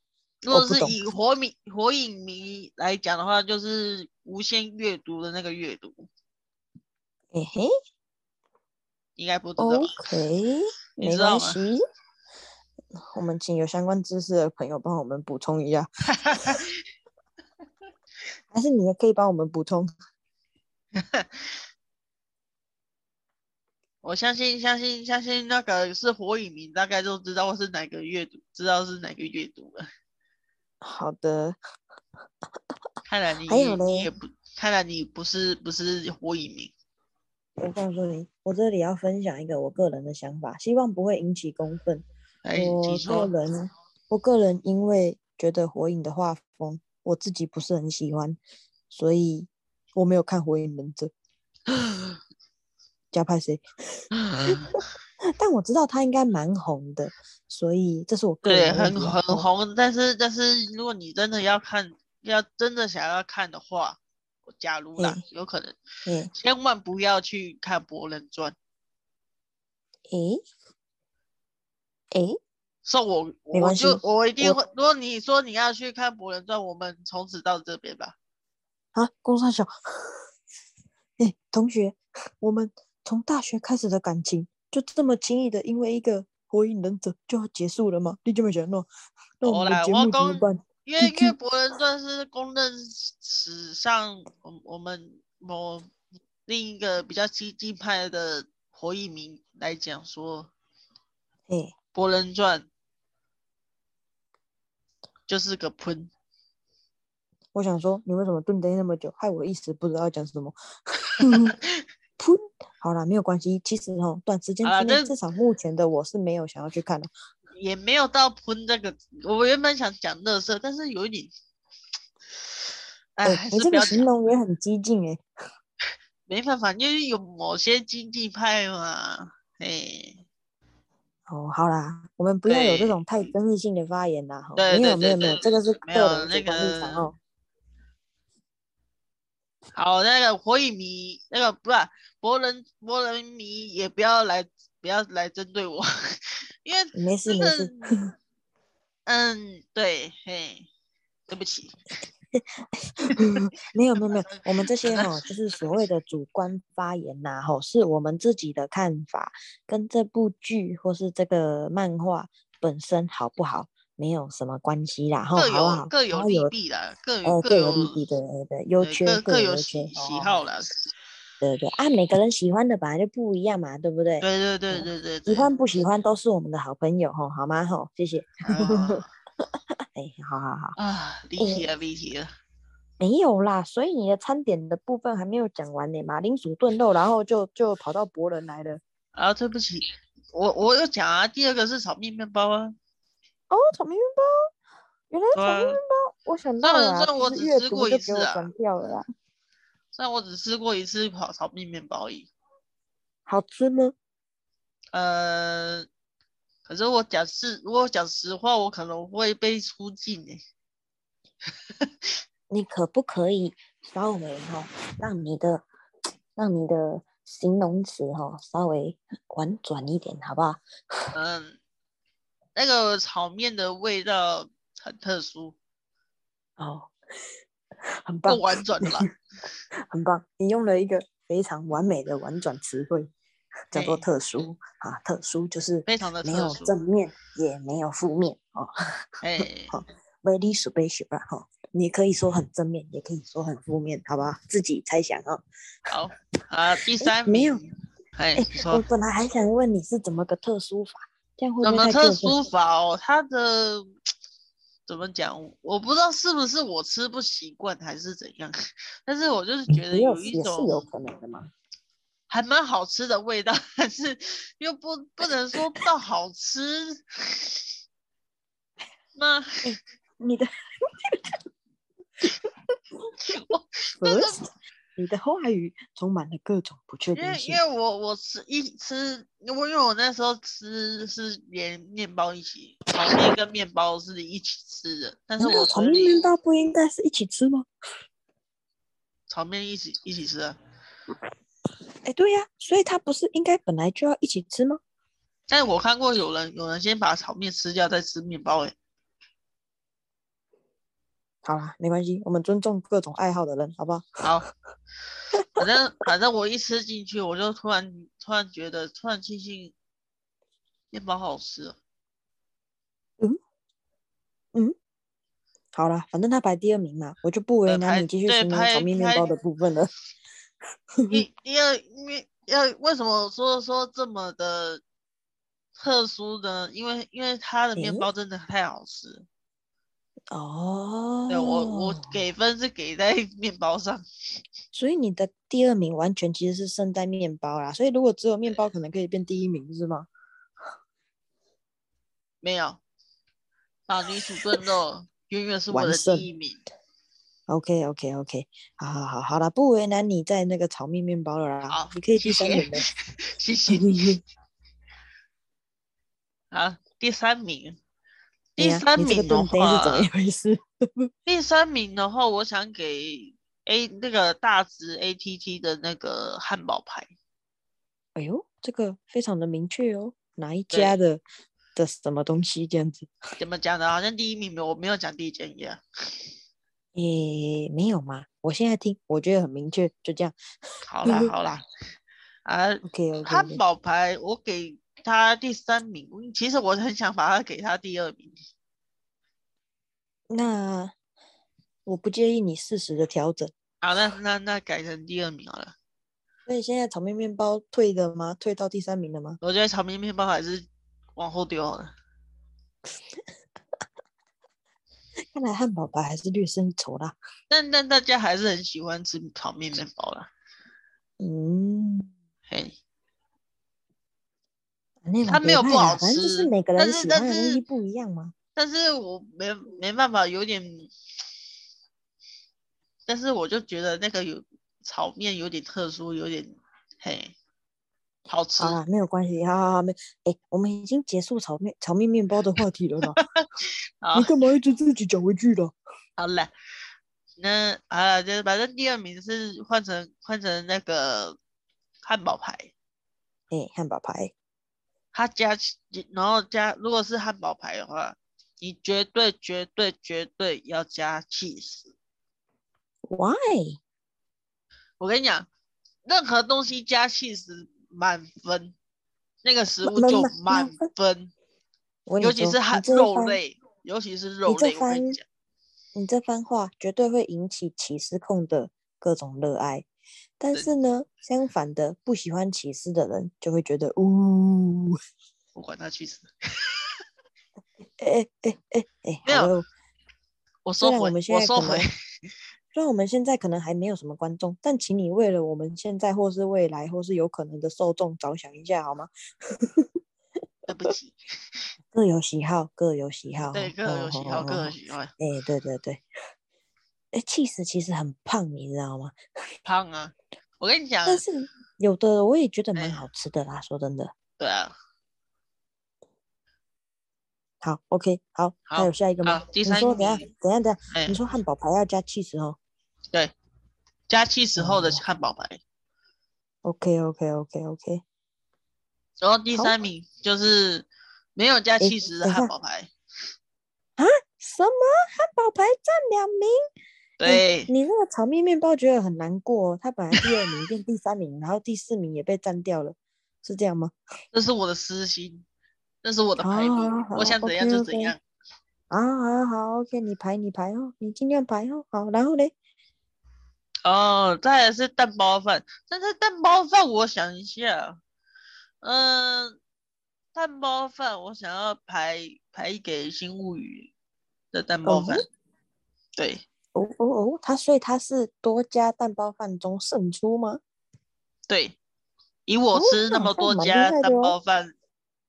A: 如
B: 我
A: 果
B: 哦不
A: 是
B: 懂
A: 以火影火影迷来讲的话，就是无限阅读的那个阅读，
B: 嘿嘿
A: 应该不知
B: 哦
A: 道吧？
B: ，OK，
A: 你
B: 没
A: 知道
B: 关
A: 吗
B: 系。我们请有相关知识的朋友帮我们补充一 下，还是你也可以帮我们补充？
A: 我相信相信相信那个是火影迷，大概就知道是哪个阅读，知道是哪个阅读了。
B: 好的，
A: 看来你
B: 还有
A: 也你
B: 嘞
A: 也不，看来你不是不是火影迷。
B: 我告诉你，我这里要分享一个我个人的想法，希望不会引起公愤。
A: 哎，
B: 哦我
A: 请
B: 个
A: 说。
B: 人，我个人因为觉得火影的画风我自己不是很喜欢，所以 我没有看《火影忍者》。加派谁？但我知道他应该蛮红的，所以这是 我个
A: 对，
B: 人的
A: 很
B: 问题啊
A: 很
B: 我
A: 红，但是但是如果你真的要看，要真的想要看的话，假如啦
B: 嗯，
A: 有可能，
B: 诶
A: 千万不要去看《博人传》。
B: 诶诶，
A: 所以我
B: 没
A: 我
B: 关
A: 就
B: 系
A: 我一定
B: 我
A: 会，如果你说你要去看《博人传》，我们从此到这边吧。
B: 啊，公上小， 诶，同学，我们从大学开始的感情就这么轻易的因为一个火影忍者就要结束了吗？你就没想到，那我
A: 好
B: 们
A: 啦
B: 的节
A: 我
B: 目怎么
A: 公
B: 办？
A: 因为因为
B: GQ
A: 《博人传》是公认史上我我们某另一个比较激进派的火影迷来讲说，《
B: 诶，
A: 博人传》就是个喷。
B: 我想说，你为什么顿呆那么久，害我一时不知道要讲什 么。噗，好啦，没有关系。其实哦，短时间
A: 好啦
B: 之内，
A: 这
B: 至少目前的我是没有想要去看的。
A: 也没有到喷这个字。我原本想讲乐色，但是有一点，哎、
B: 诶
A: 还是
B: 你这
A: 不
B: 个
A: 要
B: 形
A: 讲。
B: 容也很激进哎诶。
A: 没办法，因为有某些经济派嘛，哎，
B: 哦，好啦，我们不要有这
A: 对嗯
B: 种太争议性的发言啦。吼
A: 对
B: 没
A: 对
B: 有没有
A: 对
B: 没有，
A: 对
B: 这个是
A: 没
B: 个
A: 有
B: 人
A: 那
B: 主观立场
A: 个
B: 哦。
A: 好，那个火影迷，那个不是啊博人博人迷，也不要来不要来针对我，因为
B: 没事
A: 那
B: 没
A: 个
B: 事，
A: 嗯，对，嘿，对不起，
B: 没有没有没有，我们这些
A: 的
B: 哈、 就是所谓的主观发言呐、吼，是我们自己的看法，跟这部剧或是这个漫画本身好不好没有什么关系啦，吼，
A: 各
B: 哦好
A: 有各
B: 不好？然
A: 有
B: 后
A: 利
B: 有
A: 弊啦，各有
B: 呃各有
A: 有
B: 利弊，对对对，优
A: 对
B: 缺
A: 各各有
B: 有优缺，
A: 喜
B: 哦
A: 喜
B: 哦
A: 好
B: 哦，
A: 啦，
B: 对对啊，每个人喜欢的本来就不一样嘛，对不对？
A: 对对对对对
B: 喜
A: 对，
B: 欢不喜欢都是我们的好朋友吼，好吗？吼，谢谢。
A: 啊
B: 哎，好好好。
A: 啊，离
B: 哎
A: 题了离题了。
B: 没有啦，所以你的餐点的部分还没有讲完呢，马铃薯炖肉，然后就就跑到博人来了。
A: 啊，对不起，我我有讲啊，第二个是炒面面包啊，
B: 哦，草莓面包，原来是草莓
A: 对啊
B: 面包，我想
A: 虽
B: 到了
A: 然
B: 啊，
A: 虽然我
B: 就是
A: 只
B: 阅
A: 吃
B: 读
A: 过
B: 就
A: 一
B: 给
A: 次
B: 我
A: 啊
B: 转掉了啦。
A: 虽然我只吃过一次炒炒面面包而已，
B: 好吃吗？
A: 呃，可是我讲是，如果讲实话，我可能会被出镜欸诶、
B: 你可不可以稍微哈、让你的让你的形容词哈、稍微婉转一点，好不好？
A: 嗯，那个炒面的味道很特殊，
B: 哦， 很棒
A: 够，婉转的啦，
B: 很棒，你用了一个非常完美的婉转词汇，叫做
A: 嘿
B: 特殊啊，特殊就是
A: 非常的
B: 没
A: 特
B: 有
A: 殊，
B: 正面也没有负面哦
A: 哎、
B: ，very special 啦哈、你可以说很正面，也可以说很负面，好不好？自己猜想啊、
A: 好啊，第三
B: 没有
A: 名，哎、
B: 哎
A: 你
B: 我
A: 说
B: 本来还想问你是怎么个特殊法，这样会
A: 怎
B: 不会
A: 么
B: 太
A: 特
B: 过分？
A: 殊法哦？它的怎么讲？我不知道是不是我吃不习惯还是怎样，但是我就是觉得
B: 也嗯有
A: 有一
B: 也是有
A: 种
B: 可能的嘛。
A: 还蛮好吃的味道，但是又不不能说到好 吃。那
B: 你的
A: 我
B: first，你的话语充满了各种不确
A: 因
B: 定
A: 为因
B: 性。
A: 为我我吃一吃，我因为我那时候吃是连面包一起，炒面跟面包是一起吃的，但是
B: 难道
A: 我
B: 炒
A: 嘴
B: 面
A: 里
B: 面包不应该是一起吃吗？
A: 炒面一起一起吃啊，
B: 哎，对呀、所以它不是应该本来就要一起吃吗？
A: 但是我看过有人有人先把炒面吃掉再吃面包、欸，
B: 好啦，没关系，我们尊重各种爱好的人，好不好？
A: 好，反正反正我一吃进去，我就突然突然觉得，突然庆幸面包好吃哦。
B: 好啦，反正他排第二名嘛，我就不为
A: 对，
B: 难
A: 拍
B: 你继续
A: 对
B: 形容炒
A: 拍
B: 面面
A: 拍
B: 包的部分 了。
A: 第第二面要为什么说说这么的特殊呢？因为因为它的面
B: 诶
A: 包真的太好吃了。
B: 哦，
A: 对我我给分是给在 面包上，
B: 所以你的第二名完全其实是胜在面包啦，所以如果只有面包，可能可以变第一名，是吗？
A: 没有啊，女主炖肉永远是我
B: 完
A: 的
B: 胜
A: 第一名。
B: OK OK OK，好好好好啦，不为难你在那个炒面面包了啦，嗯
A: 好，
B: 你可 以
A: 谢
B: 第三
A: 谢
B: 名的。
A: 谢谢。好，第三名，
B: 哎
A: 第
B: 呀
A: 三
B: 你这个
A: 名的
B: 盾杯是怎么
A: 话
B: 一，回事？
A: 第三名的话，我想给 A 那个大直 ATT 的那个汉堡排。
B: 哎呦，这个非常的明确哦，哪一家的的什么东西这样子？
A: 怎么讲呢？好像第一名没有，我没有讲第一间一样。
B: 诶，没有嘛？我现在听，我觉得很明确，就这样。
A: 好
B: 嗯
A: 啦，好啦，啊，
B: OK OK，
A: 汉堡排我给他第三名，其实我很想把它给他第二名。
B: 那我不介意你适时的调整。
A: 好，那那那改成第二名好了。
B: 所以现在炒面面包退了吗？退到第三名了吗？
A: 我觉得炒面面包还是往后丢好了。
B: 看来汉堡包还是略胜一筹啦。
A: 但但大家还是很喜欢吃炒面面包啦。
B: 嗯，
A: 嘿，
B: 那
A: 它没有不好
B: 啊反正就是
A: 吃
B: 每个
A: 但
B: 人
A: 是
B: 喜
A: 但
B: 欢的东西
A: 是
B: 不一样嘛。
A: 但是我没没办法，有点，但是我就觉得那个有炒面有点特殊，有点嘿，好吃
B: 好。啦，没有关系，好好好，没，哎、我们已经结束炒面炒面面包的话题了啦。
A: 好
B: 你，干嘛一直自己讲回去了？
A: 好了，那啊，就是反正第二名是换成换成那个汉堡排，
B: 哎、汉堡排，
A: 它加起，然后加，如果是汉堡排的话，你绝对绝对绝对要加 cheese。
B: Why？
A: 我跟你讲，任何东西加 cheese 满分，那个食
B: 满
A: 物
B: 满
A: 就
B: 满满
A: 满分，
B: 我跟你
A: 尤其
B: 说
A: 是
B: 你
A: 汉
B: 这
A: 肉
B: 番，
A: 类，尤其是
B: 你
A: 肉
B: 这
A: 类，我
B: 番
A: 跟你讲，，
B: 你这番话绝对会引起起司控的各种热爱。但
A: 对
B: 是呢，相反的，不喜欢起司的人就会觉得，呜，
A: 我管他 cheese。
B: 哎哎哎哎
A: 没
B: 哎，好
A: 有
B: 了，
A: 我
B: 虽
A: 收
B: 然
A: 回，
B: 我们现在
A: 收
B: 可
A: 回
B: 能，，虽然我们现在可能还没有什么观众，但请你为了我们现在或是未来或是有可能的受众着想一下好吗？
A: 对不起，
B: 各有喜好，各有喜好，哦
A: 对，
B: 吼
A: 各有
B: 吼
A: 喜好，
B: 吼
A: 各
B: 吼
A: 有喜好。
B: 哎、对对对，哎、气死其实很胖，你知道吗？
A: 胖啊！我跟你讲，
B: 但是有的我也觉得
A: 嗯哎
B: 蛮好吃的啦，说真的。
A: 对啊，
B: 好，OK，好，还
A: 好
B: 有下一个吗
A: 好？第
B: 你
A: 三
B: 说等下
A: 名，
B: 等下等下，
A: 哎
B: 你，说汉堡排要加气死哦。
A: 加七十后的
B: 哦
A: 汉堡排，
B: OK OK OK OK，
A: 然后第
B: 好
A: 三名就是没有加
B: 哎
A: 七十的
B: 等一
A: 汉
B: 下
A: 堡排，
B: 什么汉堡排占两名？
A: 对，
B: 你那个炒面面包觉得很难过、哦，它本来第二名变第三名，然后第四名也被占掉了，是这样吗？
A: 这是我的私心，这是我的排名
B: 哦，好
A: 我想怎样就怎
B: ，OK，OK
A: 样。
B: 啊，好好，OK，你排你排哦，你尽量排哦，好，然后嘞，
A: 哦，再来是蛋包饭，但是蛋包饭我想一下，嗯、蛋包饭我想要排排给新物语的蛋包
B: 哦
A: 饭，对。
B: 哦哦哦，他所以他是多家蛋包饭中胜出吗？
A: 对，以我
B: 哦
A: 吃那
B: 那
A: 么
B: 好像
A: 多
B: 蛮厉
A: 家
B: 害的
A: 蛋
B: 哦
A: 包饭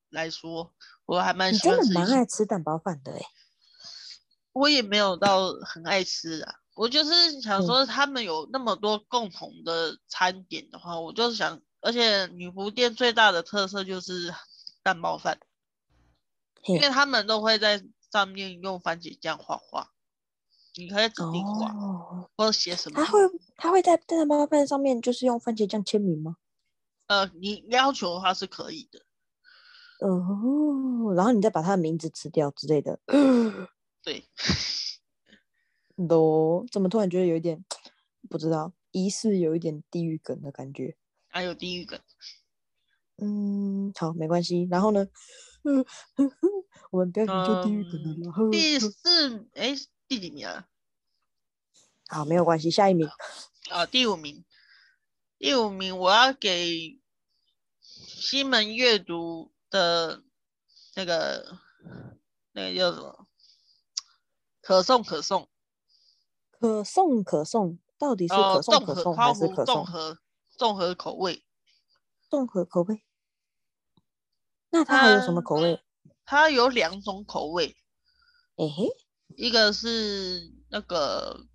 A: 来说，我还蛮
B: 你
A: 喜
B: 真
A: 欢
B: 的
A: 吃
B: 蛮
A: 一。
B: 爱吃蛋包饭的哎、
A: 我也没有到很爱吃啊，我就是想
B: 嗯
A: 说他们有那么多共同的餐点的话，我就想，而且女仆店最大的特色就是蛋包饭，因为
B: 嘿，
A: 他们都会在上面用番茄酱画画，你可以指定画、
B: 哦，
A: 或者写什么
B: 他。会他会在蛋包饭上面就是用番茄酱签名吗？
A: 呃，你要求的话是可以的，
B: 哦，然后你再把他的名字吃掉之类的。
A: 对。
B: 都怎么突然觉得有一点不知道，疑似有一点地狱梗的感觉。
A: 还有地狱梗，
B: 嗯，好，没关系。然后呢， 嗯，我们不要研究地狱梗了
A: 嗯
B: 啦。呵
A: 第
B: 呵
A: 四哎第几名啊？
B: 好，没有关系，下一名。
A: 啊，第五名，第五名我要给西门阅读的那个那个叫什么？可颂可颂
B: 可颂可颂，到底是可
A: 哦，
B: 颂
A: 综
B: 可
A: 合
B: 颂
A: 花
B: 还是
A: 湖
B: 可
A: 综
B: 颂
A: 合综合口味，
B: 综合口味？那它还有什么
A: 嗯
B: 口味？
A: 它有两种口味，
B: 诶嘿，
A: 一个是那个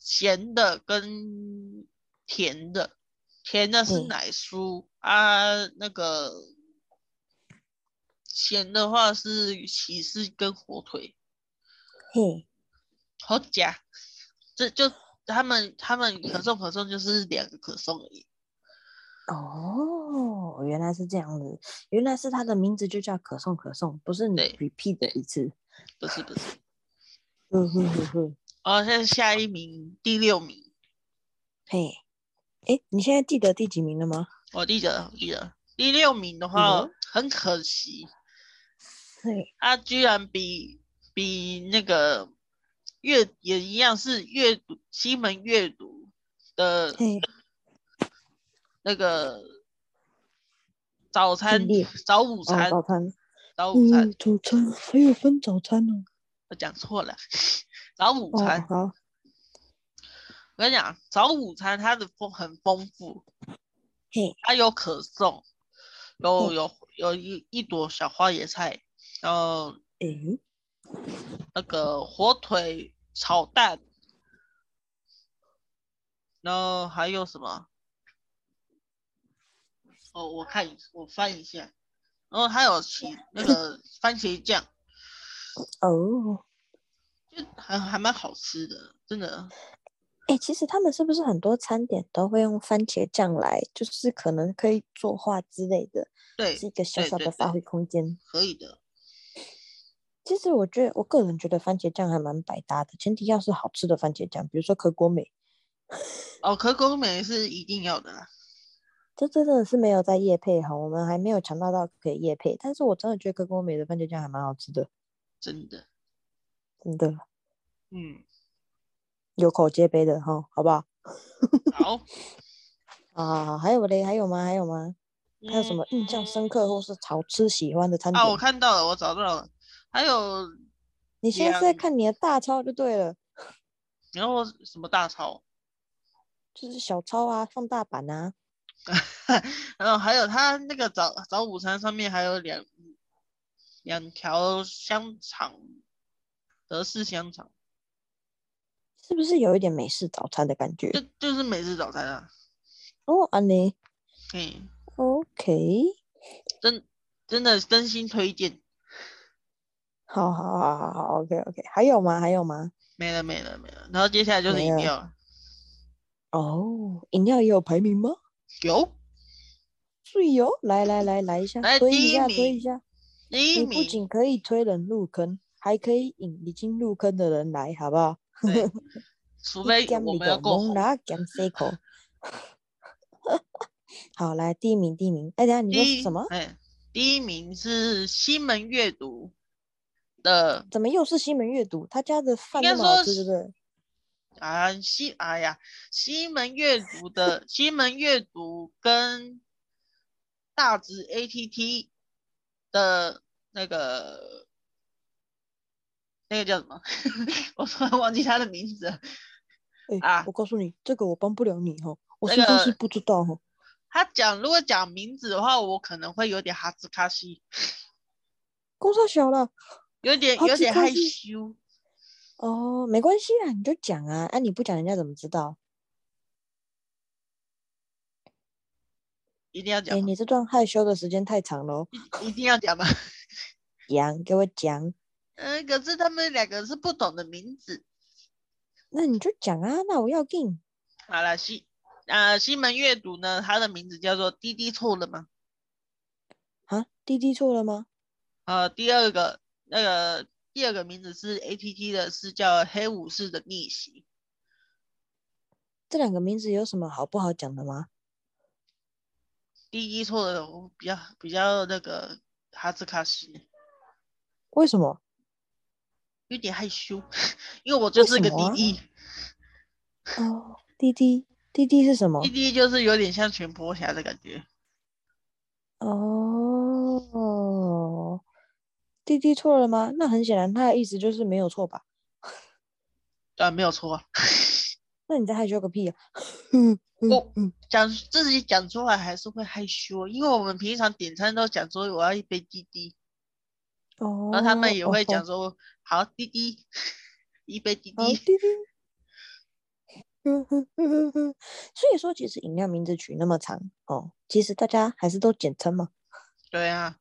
A: 咸的跟甜的，甜的是
B: 嗯
A: 奶酥啊，那个咸的话是起司跟火腿，
B: 嘿，
A: 好假。这就他们他们可颂可颂就是两个可颂而已。
B: 哦，原来是这样子，原来是它的名字就叫可颂可颂，不是你
A: 对
B: repeat 的一次。
A: 不是不是。
B: 嗯哼哼哼，
A: 哦，现在下一名第六名，
B: 嘿，哎，你现在记得第几名了吗？
A: 我记得我记得第六名的话、
B: 嗯
A: 很可惜，
B: 嘿，
A: 他居然比比那个阅也一样是阅读西门阅读的
B: 嘿，
A: 那个早餐
B: 列
A: 早午
B: 哦，
A: 餐
B: 早餐，
A: 早午餐
B: 嗯，早餐还有分早餐呢。
A: 我讲错了早午
B: 哦
A: 餐，，
B: 好，
A: 我跟你讲早午餐它的丰很丰富，
B: 嘿，
A: 它有可颂，有
B: 嗯
A: 有有一一朵小花椰菜，然后
B: 诶，
A: 那个火腿炒蛋，然后还有什么？哦，我看一我翻一下，然后还有起那个番茄酱，
B: 哦，
A: 就还还蛮好吃的，真的。
B: 哎、其实他们是不是很多餐点都会用番茄酱来，就是可能可以作画之类的，
A: 对
B: 是，一个小
A: 对
B: 小
A: 对
B: 的发
A: 对
B: 挥空间。
A: 可以的。
B: 其实我觉得，我个人觉得番茄酱还蛮百搭的，前提要是好吃的番茄酱，比如说可果美，
A: 哦，可口美是一定要的啦。
B: 这这真的是没有在夜配哈，我们还没有强调到可以夜配，但是我真的觉得可果美的番茄酱还蛮好吃的，
A: 真的。
B: 真的
A: 嗯，
B: 有口皆碑的哈，好不好？
A: 好。
B: 啊，还有嘞，还有吗？还有吗？ 还有什么印象深刻或
A: 嗯
B: 是好吃喜欢的餐点？
A: 啊？我看到了，我找到了。还有，
B: 你现在是在
A: 两
B: 看你的大钞就对了。
A: 然后什么大抄？
B: 就是小抄啊，放大版啊，
A: 然后嗯还有他那个早早午餐上面还有两两条香肠，德式香肠，
B: 是不是有一点美式早餐的感觉
A: 就？就是美式早餐啊。
B: 哦，安妮哦
A: 嘿，
B: ，OK，
A: 真真的真心推荐，
B: 好好好好好，OK OK，还有吗？还有吗？
A: 没了没了没了。然后接下来就是
B: 没
A: 饮
B: 了
A: 料了，
B: 哦，饮料也有排名吗？
A: 有
B: 最有，来来来来一下
A: 来，
B: 哎推
A: 第
B: 一
A: 一
B: 下，推一
A: 名
B: 下。
A: 第一
B: 你不
A: 名，
B: 仅可以推人入坑，还可以引已经入坑的人来，好不好？
A: 对，除非
B: 减
A: 我
B: 你
A: 们要
B: 个
A: 够
B: 猛
A: 红。
B: 拿减四口。 好，来第一名，第一名。哎，等一下你说
A: 第
B: 是
A: 一
B: 什么？
A: 哎，第一名是西门阅读的
B: 怎么又是西门阅读？他家的饭
A: 应
B: 那
A: 该
B: 么好
A: 说是
B: 吃，对不对？
A: 啊，西哎呀，西门阅读的西门阅读跟大直 ATT 的那个那个叫什么？ 我突然忘记他的名字了。
B: 哎、
A: 啊
B: 我告诉你，这个我帮不了你哈，我
A: 那
B: 是就是
A: 个
B: 不知道哦哈。
A: 他讲如果讲名字的话，我可能会有点哈兹卡西，
B: 公差小了
A: 有点
B: 哈
A: 有
B: 兹
A: 点
B: 卡
A: 害
B: 西
A: 羞。
B: 哦，没关系啊，你就讲啊，啊你不讲人家怎么知道？
A: 一定要
B: 哎、
A: 讲啊吗？
B: 你这段害羞的时间太长了哦，
A: 一定要讲吗？
B: 讲给我讲，
A: 嗯，可是他们两个是不同的名字。
B: 那你就讲啊，那我要进
A: 好了，西啊西门阅读呢，它的名字叫做滴滴错了吗？
B: 啊，滴滴错了吗？
A: 呃，第二个那个第二个名字是 ATT 的，是叫黑武士的逆袭。
B: 这两个名字有什么好不好讲的吗？
A: 第一错的我比较比较那个哈兹卡西，
B: 为什么？
A: 有点害羞， 因为我就
B: 为
A: 是
B: 什
A: 个 E
B: 么啊
A: 滴滴，
B: 哦，滴滴滴滴是什么
A: 滴？滴 E 就是有点像全婆侠的感觉。
B: 哦，滴滴错了吗？那很显然，他的意思就是没有错吧？
A: 呃，没有错 啊，
B: 那你在害羞个屁啊！ 嗯
A: 我
B: 嗯嗯，
A: 讲自己讲出来还是会害羞，因为我们平常点餐都讲说我要一杯滴滴，
B: 哦，
A: 然后他们也会
B: 哦
A: 讲说好滴滴， 一杯 E 滴
B: 好
A: 滴。
B: 滴滴。嗯哼嗯哼哼， 所以说，其实饮料名字取那么长哦，其实大家还是都简称嘛。
A: 对啊，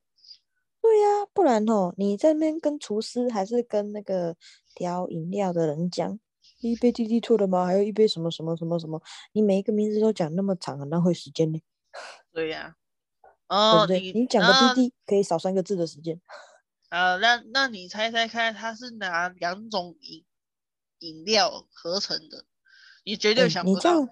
B: 对呀、不然哦，你在那边跟厨师还是跟那个调饮料的人讲，一杯滴滴错了吗？还有一杯什么什么什么什么？你每一个名字都讲那么长，很浪费时间呢，
A: 对呀、
B: 对
A: 哦，
B: 不对？
A: 你
B: 你讲 E
A: 那
B: 个滴滴可以少三个字的时间。
A: 啊，那那你猜猜看，它是拿两种饮饮料合成的，你绝对
B: 哎
A: 想
B: 你
A: 不
B: 这
A: 到。
B: 样，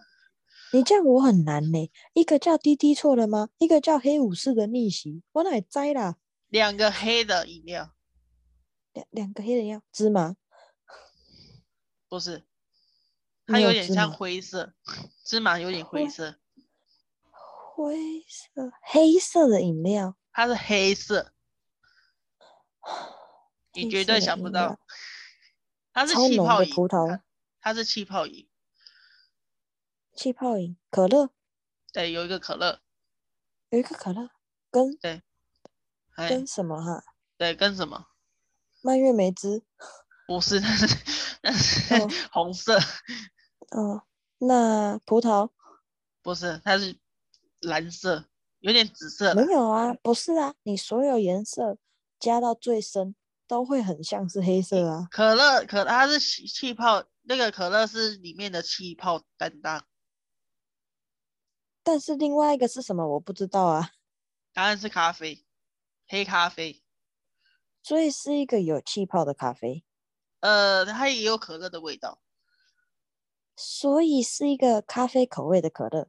B: 你这样我很难呢。一个叫滴滴错了吗？一个叫黑武士的逆袭，我哪里摘啦？
A: 两个黑的饮料，
B: 两两个黑人要芝麻，
A: 不是，它
B: 没有
A: 点
B: 芝
A: 像
B: 麻哦
A: 灰色，芝麻有点灰
B: 灰
A: 色，
B: 灰色黑色的饮料，
A: 它是黑色，你
B: 黑
A: 绝
B: 色
A: 对
B: 的
A: 想不
B: 饮料
A: 到，它是
B: 超
A: 气
B: 浓
A: 泡
B: 的
A: 饮，
B: 葡萄
A: 它它是气泡饮，
B: 气泡饮、可乐，
A: 对，有一个可乐，
B: 有一个可乐跟
A: 哎
B: 跟，什么哈、
A: 对，跟什么？
B: 蔓越莓汁，
A: 不是， 那是那是
B: 哦
A: 红色，
B: 哦，那葡萄
A: 不是，它是蓝色，有点紫色
B: 没
A: 啦，
B: 有啊，不是啊，你所有颜色加到最深都会很像是黑色啊。
A: 可乐可它是气气泡，那个可乐是里面的气泡担当，
B: 但是另外一个是什么我不知道啊，
A: 答案是咖啡，黑咖啡。
B: 所以是一个有气泡的咖啡，
A: 呃，它也有可乐的味道，
B: 所以是一个咖啡口味的可乐，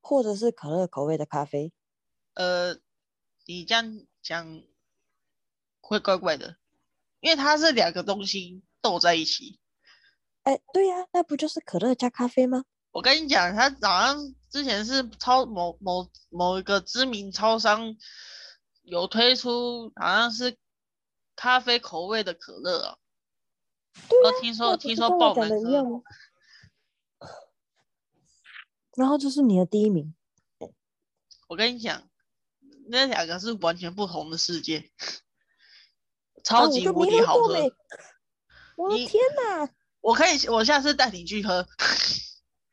B: 或者是可乐口味的咖啡。
A: 呃，你这样讲会怪怪的，因为它是两个东西斗在一起。
B: 哎，对呀、那不就是可乐加咖啡吗？
A: 我跟你讲，它好像之前是超某某某一个知名超商有推出，好像是咖啡口味的可乐啊，
B: 对
A: 然
B: 呀、
A: 后听
B: 那
A: 说
B: 不
A: 听
B: 是
A: 说
B: 跟我
A: 爆
B: 讲
A: 难
B: 的一样
A: 喝，
B: 吗？然后就是你的第一名，
A: 我跟你讲，那两个是完全不同的世界，
B: 啊，
A: 超
B: 我
A: 级
B: 就
A: 无
B: 没
A: 敌
B: 喝
A: 好
B: 过
A: 喝。
B: 没。我的
A: 你
B: 天呐，
A: 我可以，我下次带你去喝。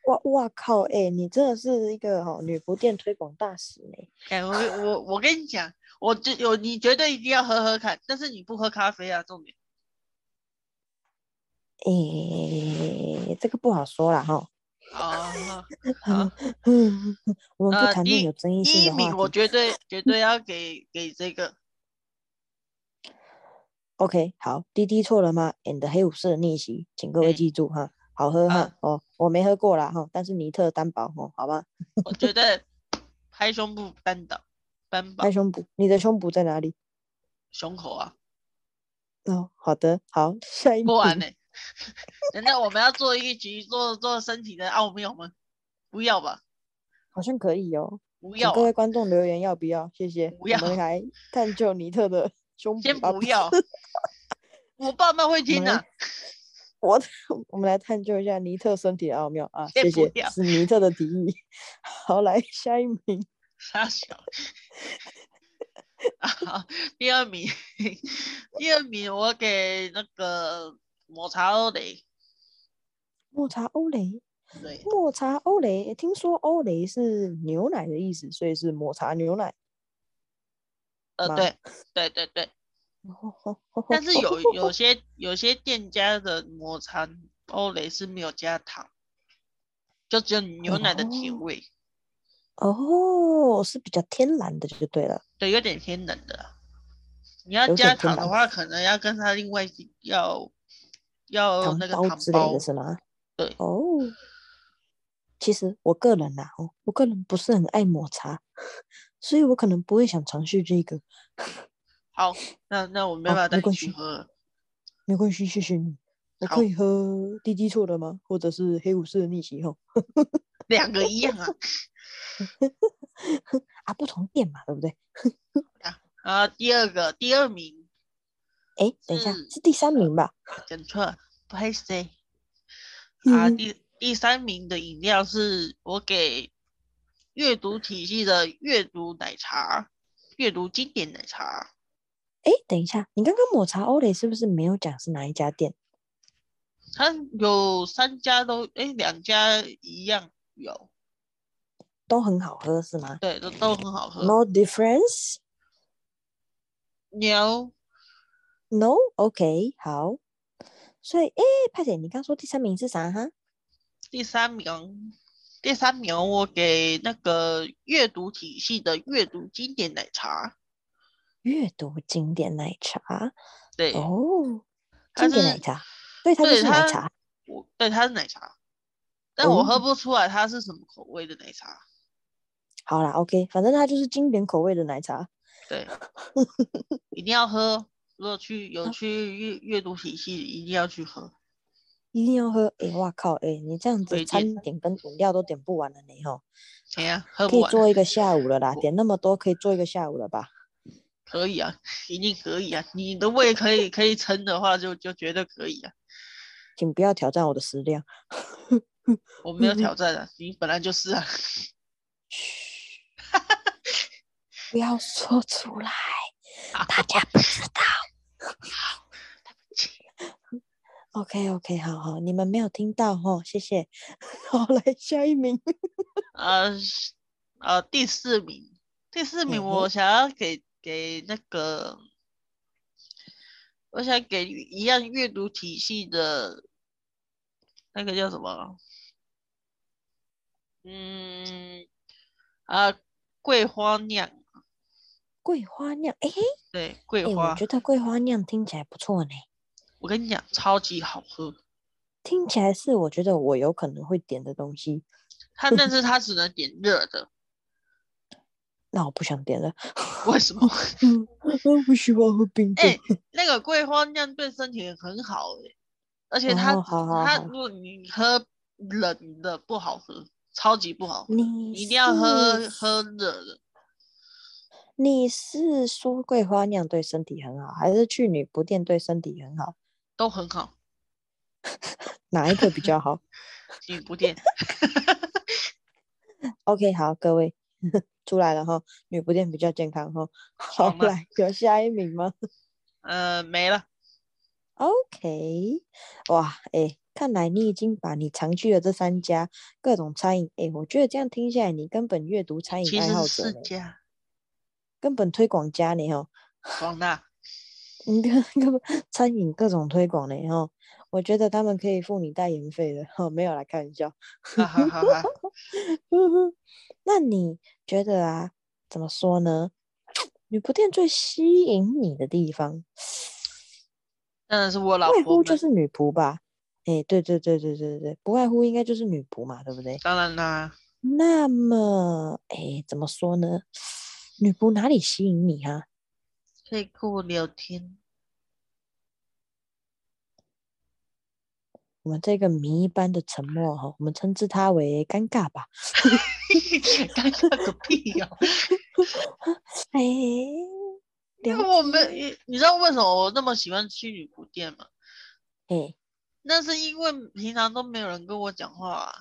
B: 哇哇靠！哎、你真的是一个哈、女仆店推广大使呢、
A: 哎，我我我跟你讲，我就有你绝对一定要喝喝看，但是你不喝咖啡啊，重点。
B: 哎、这个不好说啦哈。
A: 啊，好
B: 嗯，嗯， 我们不
A: 呃，
B: 谈论
A: 第
B: 有争议
A: 第
B: 性
A: 一
B: 的
A: 名
B: 话
A: 我
B: 题。
A: 绝对绝对要给给这个，
B: OK，好，滴滴错了吗？and 黑武士的逆袭，请各位
A: 嗯
B: 记住哈，好喝
A: 啊
B: 哈哦，我没喝过啦哈，但是尼特担保哦，好吧，
A: 我绝对拍胸部扳倒扳倒
B: 拍胸脯，你的胸脯在哪里？
A: 胸口啊，
B: 哦，好的，好，下一名
A: 不，玩 呢、难道我们要做一局做做身体的奥妙吗？不要吧，
B: 好像可以哦，
A: 不
B: 请
A: 要
B: 各
A: 啊、
B: 位观众留言要不要？谢谢，
A: 不
B: 我
A: 要
B: 们来探究尼 特的胸
A: 先
B: 脯啊，
A: 不 要，我爸妈会听
B: 们
A: 的、
B: 来我我们来探究一下尼特身体的奥妙啊，
A: 先
B: 谢
A: 不
B: 谢
A: 要，
B: 是尼特的提议。 好，来下一名，
A: 傻小。 啊，第二名，第二名我给那个抹茶欧蕾，
B: 抹茶欧蕾。
A: 对，
B: 抹茶欧蕾，听说欧蕾是牛奶的意思，所以是抹茶牛奶。
A: 呃，
B: 吗
A: 对，对对对，
B: 哦
A: 但是有 有些有些店家的抹茶欧蕾是没有加糖，就只有牛奶的甜
B: 哦
A: 味，
B: 哦，是比较天然的就对了。
A: 对，有点偏冷的啦。你要
B: 有
A: 加
B: 点偏
A: 糖的
B: 冷
A: 话，可能要跟他另外一要要
B: 糖
A: 哦那个
B: 包
A: 糖
B: 之类
A: 包
B: 的，是吗？
A: 对
B: 哦，其实我个人啦、哦，我个人不是很爱抹茶，所以我可能不会想尝试这个。
A: 好，那那我没
B: 好
A: 办法带你
B: 没关
A: 去
B: 系
A: 喝了。
B: 没关系，谢谢你。我
A: 好
B: 可以喝滴滴错了吗？或者是黑武士的逆袭后
A: 两个一样啊。
B: 啊，不同店嘛，对不对？
A: 啊，第二个第二名
B: 哎，等一下，
A: 是
B: 是第三名吧？
A: 讲错了，不好意思欸。啊，
B: 嗯
A: 第第三名的饮料是我给阅读体系的阅读奶茶，阅读经典奶茶。
B: 哎，等一下，你刚刚抹茶欧蕾是不是没有讲是哪一家店？
A: 它有三家都，诶，两家一样有，
B: 都很好喝是吗
A: 对，都都很好喝。
B: ？No difference。
A: 牛
B: No，OK，、好。所以，诶，派姐，你刚说第三名是啥哈？
A: 第三名，第三名我给那个阅读体系的阅读经典奶茶。
B: 阅读经典奶茶
A: 对，
B: 哦，
A: 它
B: 经典
A: 是
B: 奶茶，对，它就
A: 对
B: 是奶
A: 它
B: 茶。
A: 我对它是奶茶，但我喝
B: 哦
A: 不出来它是什么口味的奶茶。
B: 好啦，OK，反正它就是经典口味的奶茶。
A: 对，一定要喝。如果去有去阅阅读体系，一定要去喝。
B: 一定要喝，诶，哇靠，诶，你这样子
A: 推荐
B: 餐点跟饮料都点不完了你吼，
A: 怎样？喝
B: 可
A: 不
B: 以
A: 完
B: 做一个下午了啦，
A: 我
B: 点那么多可以做一个下午了吧？
A: 可以啊，一定可以啊。你的胃可以可以撑的话就，就绝对可以啊。
B: 请不要挑战我的食量。
A: 我没有
B: 嗯
A: 挑战啊，你本来就是啊。
B: 嘘， 不要说出来，大家不知道。OK OK，好好，你们没有听到吼，谢谢。 好，来下一名。
A: 呃是呃，第四名，第四名，
B: 嗯
A: 我想要给给那个，我想给一样阅读体系的，那个叫什么？嗯，啊，桂花酿，
B: 桂花酿，诶，
A: 对，桂
B: 诶，哎我
A: 花，
B: 觉得桂花酿听起来不错呢，
A: 我跟你讲，超级好喝。
B: 听起来是我觉得我有可能会点的东西，
A: 它但是它只能点热的，
B: 那我不想点了。
A: 为什么？
B: 嗯， 我不喜欢喝 冰的。
A: 哎、 那个桂花酿对身体很好哎、而且它、
B: 哦好好
A: 它
B: 好
A: 如果你喝冷的不好喝，超级不好喝，
B: 你
A: 一定要
B: 嗯是
A: 喝喝热的。
B: 你是说桂花酿对身体很好，还是去女仆店对身体很好？
A: 都很好，
B: 哪一个比较好
A: 女仆店
B: ？OK，好，各位 出来了哈，女仆店比较健康哈。好
A: 爽，了
B: 来有下一名吗
A: 呃没了，
B: ？OK，哇，哎、看来你已经把你常去的这三家各种餐饮，哎、我觉得这样听下来，你根本阅读餐饮
A: 其
B: 爱
A: 实
B: 好
A: 是
B: 者
A: 四
B: 呢，
A: 家，
B: 根本推广家呢哈。
A: 爽的。
B: 你看，根本餐饮各种推广嘞哦，我觉得他们可以付你代言费的哦， 没有啦，开玩笑。
A: 哈哈哈 哈！
B: 嗯那你觉得啊，怎么说呢？女仆店最吸引你的地方，
A: 真的是我老
B: 不外
A: 婆
B: 乎
A: 们，
B: 就是女仆吧？哎，对对对对对对，不外乎应该就是女仆嘛，对不对？
A: 当然啦，
B: 那么，哎，怎么说呢？女仆哪里吸引你啊？
A: 可以跟我聊天。
B: 我们这个谜一般的沉默哈，我们称之它为尴尬吧。
A: 尴尬个屁哦呀、
B: 哎，
A: 因为
B: 了
A: 我们，你知道为什么我那么喜欢去女仆店吗？
B: 哎，
A: 那是因为平常都没有人跟我讲话啊，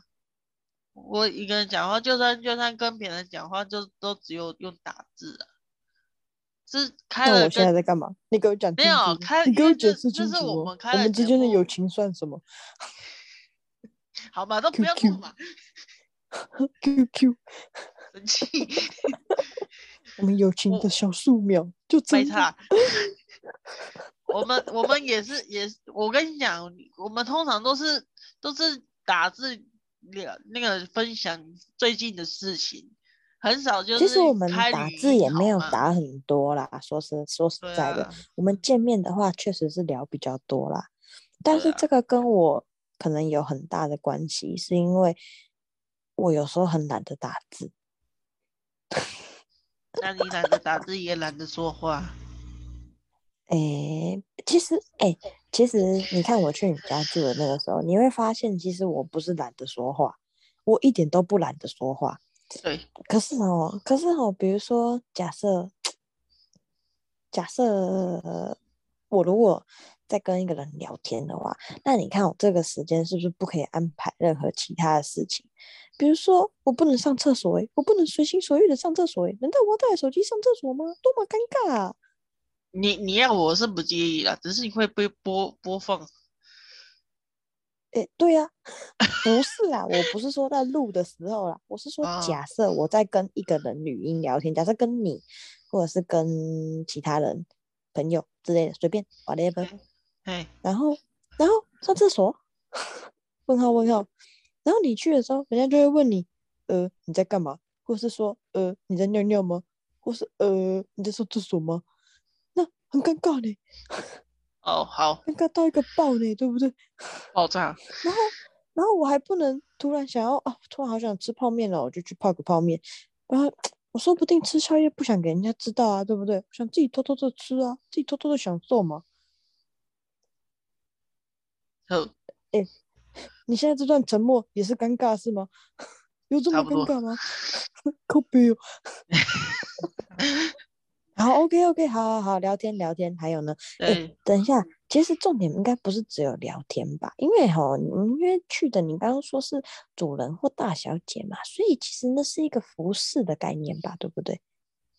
A: 我一个人讲话，就算就算跟别人讲话，就都只有用打字啊。是开
B: 那
A: 了
B: 我现在
A: 跟
B: 在干嘛？你给我讲
A: 没
B: 清楚
A: 有
B: 哦，
A: 开
B: 你给
A: 因
B: 我
A: 为
B: 解
A: 这
B: 释
A: 这
B: 清
A: 是
B: 楚
A: 我
B: 哦
A: 们开
B: 我
A: 了
B: 们之
A: 节
B: 间的友
A: 目
B: 情算 什么
A: 好嘛，都不要录
B: QQ
A: 嘛，
B: ？QQ，
A: 生气，
B: 我们友情的
A: 我
B: 小数秒就这
A: 没
B: 样。
A: 差。啊我们我们也是也是，我跟你讲，我们通常都是都是打字聊那个分享最近的事情，很少就
B: 其
A: 是
B: 实我们
A: 开
B: 打
A: 语
B: 字
A: 音
B: 也没
A: 好
B: 有
A: 吗？
B: 打很多啦，说实说实
A: 对
B: 在的，
A: 啊，
B: 我们见面的话确实是聊比较多啦，但
A: 对
B: 是
A: 啊，
B: 这个跟我可能有很大的关系，是因为我有时候很懒得打字。
A: 那你懒得打字，也懒得说话。
B: 诶，其实，诶，其实你看我去你家住的那个时候，你会发现，其实我不是懒得说话，我一点都不懒得说话。
A: 对，
B: 可是哦，可是哦，比如说，假设，假设我如果在跟一个人聊天的话，那你看我这个时间是不是不可以安排任何其他的事情？比如说，我不能上厕所、欸，我不能随心所欲的上厕所、欸，难道我要带手机上厕所吗？多么尴尬啊！
A: 你你要我是不介意啦，只是你会被播播放。
B: 诶，对呀、不是啦，我不是说在录的时候啦，我是说
A: 啊
B: 假设我在跟一个人语音聊天，假设跟你，或者是跟其他人，朋友之类的，随便 whatever。
A: 哎，
B: 然后然后上厕所？问号问号。然后你去的时候，人家就会问你，呃，你在干嘛？或是说，呃，你在尿尿吗？或是呃，你在上厕所吗？那很尴尬呢，
A: 哦，好，
B: 尴尬到一个爆呢，对不对？
A: 爆炸，
B: 然后，然后我还不能突然想要啊，突然好想吃泡面了，我就去泡个泡面。然后我说不定吃宵夜不想给人家知道啊，对不对？想自己偷偷的吃啊，自己偷偷的享受嘛。
A: 就
B: 你现在这段沉默也是尴尬是吗？ 有这么
A: 差不多
B: 尴尬吗？ 靠背哦。 好，OK OK，好好好，聊天聊天，还有呢，哎
A: 对，
B: 等一下，其实重点应该不是只有聊天吧？因为哈，你因为去的你刚刚说是主人或大小姐嘛，所以其实那是一个服饰的概念吧，对不对？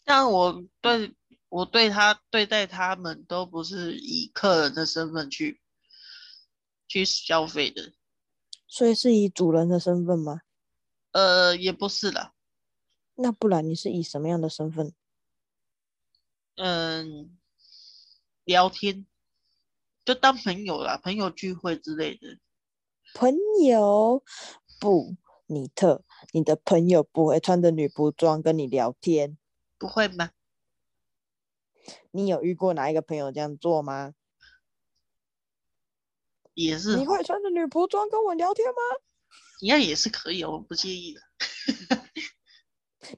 A: 但我对我对他对待他们都不是以客人的身份去去消费的，
B: 所以是以主人的身份吗？
A: 呃，也不是啦，
B: 那不然你是以什么样的身份？
A: 嗯，聊天就当朋友啦，朋友聚会之类的，
B: 朋友不，尼特，你的朋友不会穿着女仆装跟你聊天。
A: 不会吗？
B: 你有遇过哪一个朋友这样做吗？
A: 也是
B: 你
A: 吼，
B: 会穿着女仆装跟我聊天吗？
A: 应该也是可以哦，我不介意的。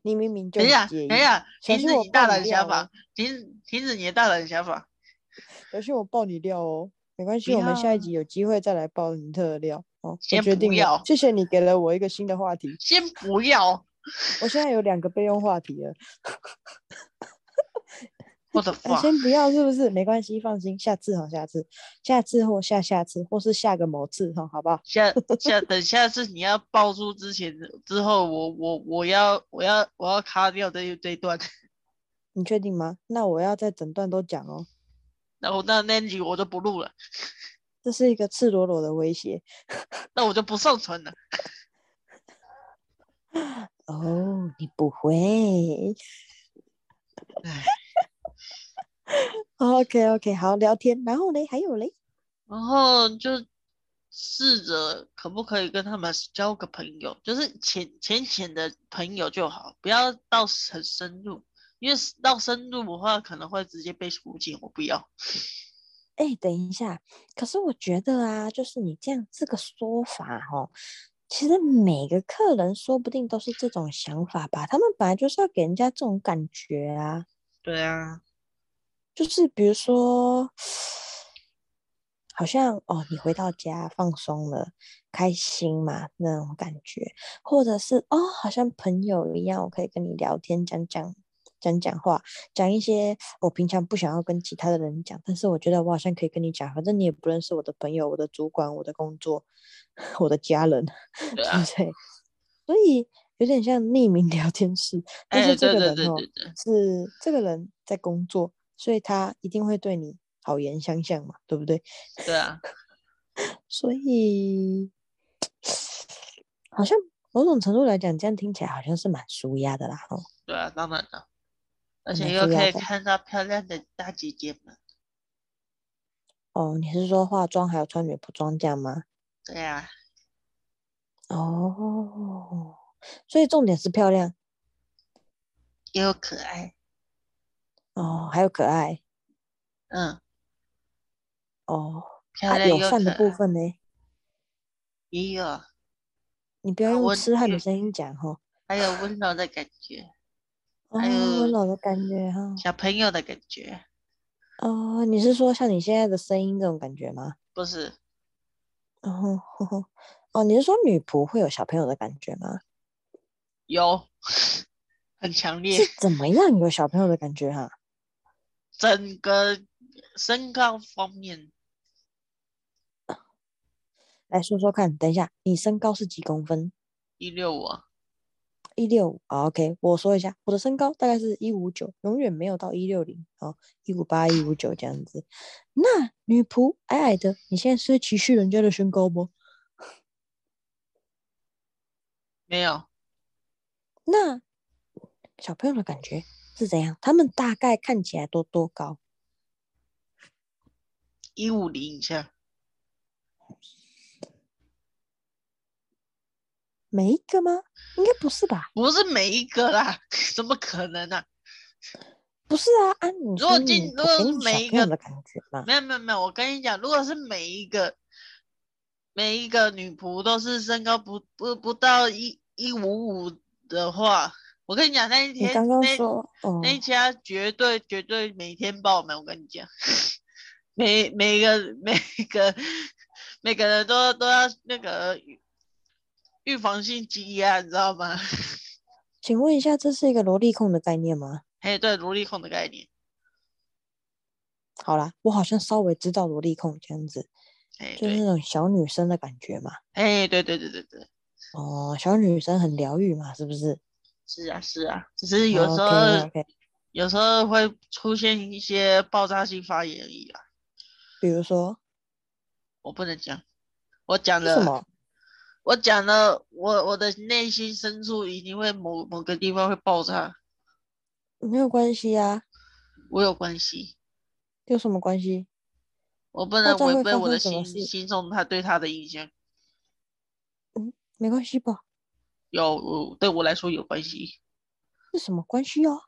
B: 你明明就
A: 等一下，
B: 很介意
A: 等一，下，
B: 小
A: 停
B: 心
A: 止
B: 我
A: 你大
B: 爆
A: 胆
B: 你
A: 想
B: 料
A: 法，停停止你的大胆想法。
B: 小心我爆你料哦。没关系，
A: 不
B: 我们下
A: 要
B: 一集有机会再来爆尼特的料哦。我
A: 先
B: 决
A: 不
B: 定了
A: 要，
B: 谢谢你给了我一个新的话题。
A: 先不要
B: 我现在有两个备用 话题了。
A: 我 的 a
B: 哎，先不要，是不是？没关系，放心，下次哈，下次，下次或下下次，或是下个某次哈，好不好？
A: 下下等下次你要爆出之前之后我，我我要我要我要卡掉这一这一段，
B: 你确定吗？那我要在整段都讲哦，
A: 然后那那集我就不录了，
B: 这是一个赤裸裸的威胁
A: 那我就不上传了。
B: 哦。你不会
A: 唉，
B: ？OK OK，好，聊天，然后嘞，还有嘞，
A: 然后就试着可不可以跟他们交个朋友，就是浅浅浅的朋友就好，不要到很深入，因为到深入的话可能会直接被疏解，我不要。
B: 哎，等一下，可是我觉得啊，就是你这样这个说法哦，其实每个客人说不定都是这种想法吧，他们本来就是要给人家这种感觉啊。
A: 对啊，
B: 就是比如说，好像哦，你回到家放松了，开心嘛那种感觉，或者是哦，好像朋友一样，我可以跟你聊天，讲讲讲讲话，讲一些我平常不想要跟其他的人讲，但是我觉得我好像可以跟你讲，反正你也不认识我的朋友、我的主管、我的工作、 我的家人，
A: 对
B: 对
A: 啊，
B: 不 对？所以有点像匿名聊天室，但
A: 哎，
B: 是这
A: 对
B: 个
A: 对
B: 人
A: 对
B: 哦，
A: 对对，
B: 是这个人在工作，所以他一定会对你好言相向嘛，对不对？
A: 对啊，
B: 所以好像某种程度来讲，这样听起来好像是蛮舒压的啦，哦吼，
A: 对啊，当然了，而且
B: 蛮
A: 又
B: 舒
A: 可
B: 压
A: 以
B: 的。
A: 看到漂亮的大姐姐们。
B: 哦，你是说化妆还有穿女仆装这样吗？
A: 对啊，
B: 哦，所以重点是漂亮
A: 也有可爱，
B: 哦，还有可爱
A: 嗯，
B: 哦，
A: 漂
B: 啊，
A: 亮
B: 友
A: 又
B: 善
A: 可
B: 的部
A: 爱，
B: 分呢？
A: 也有
B: 你不要
A: 啊
B: 用
A: 我
B: 痴汉
A: 有
B: 的声音讲吼，
A: 还有温柔的感觉，
B: 哦，
A: 还
B: 温
A: 有
B: 柔的感觉哈。
A: 小朋友的感觉，
B: 哦，你是说像你现在的声音这种感觉吗？
A: 不是，
B: 哦， 哦，你是说女仆会有小朋友的感觉吗？
A: 有， 很强烈
B: 是，怎么样有小朋友的感觉哈、
A: 整个身高方面，
B: 来说说看，等一下，你身高是几公分？
A: 一六五，啊
B: 一六五啊，OK，我说一下，我的身高大概是一五九，永远没有到一六零，哦，一五八、一五九这样子。那女仆矮矮的，你现在是在歧视人家的身高吗？
A: 没有，
B: 那小朋友的感觉是怎样？他们大概看起来都多高？
A: 一五零以下。
B: 每一个吗？应该不是吧？
A: 不是每一个啦， 怎么可能啊呢、
B: 不是啊，啊，你
A: 如果
B: 说你
A: 进
B: 不
A: 如果
B: 给
A: 是
B: 你小
A: 每一
B: 朋友
A: 个
B: 的感觉嘛，
A: 没有没有没有，我跟你讲，如果是每一个每一个女仆都是身高不不不到一一五五的话，我跟你讲那一
B: 你
A: 天
B: 刚刚
A: 那
B: 说，哦，
A: 那一家绝对绝对每天爆满，我跟你讲， 每每个每个每个人都都要那个预预防性积压，你知道吗？
B: 请问一下，这是一个萝莉控的概念吗？
A: 嘿，对，萝莉控的概念，
B: 好啦，我好像稍微知道萝莉控这样子，
A: 哎
B: 就是
A: 对，
B: 那种小女生的感觉嘛。
A: 哎对对对对对，
B: 哦，小女生很疗愈嘛，是不是？哦
A: 是啊是啊，只是有时候
B: OK 啊 OK，
A: 有时候会出现一些爆炸性发言而已啊，
B: 比如说
A: 我不能讲，我讲
B: 为什
A: 了，
B: 么？
A: 我讲了，我我的内心深处一定会某某个地方会爆炸，
B: 没有关系啊，
A: 我有关系，
B: 有什么关系？
A: 我不
B: 爆
A: 能
B: 炸
A: 违
B: 会
A: 背
B: 发
A: 我的
B: 生什
A: 心
B: 么事
A: 心中他对他的印象，
B: 没关系吧？
A: 有我对我来说有关系，
B: 是什么关系哦？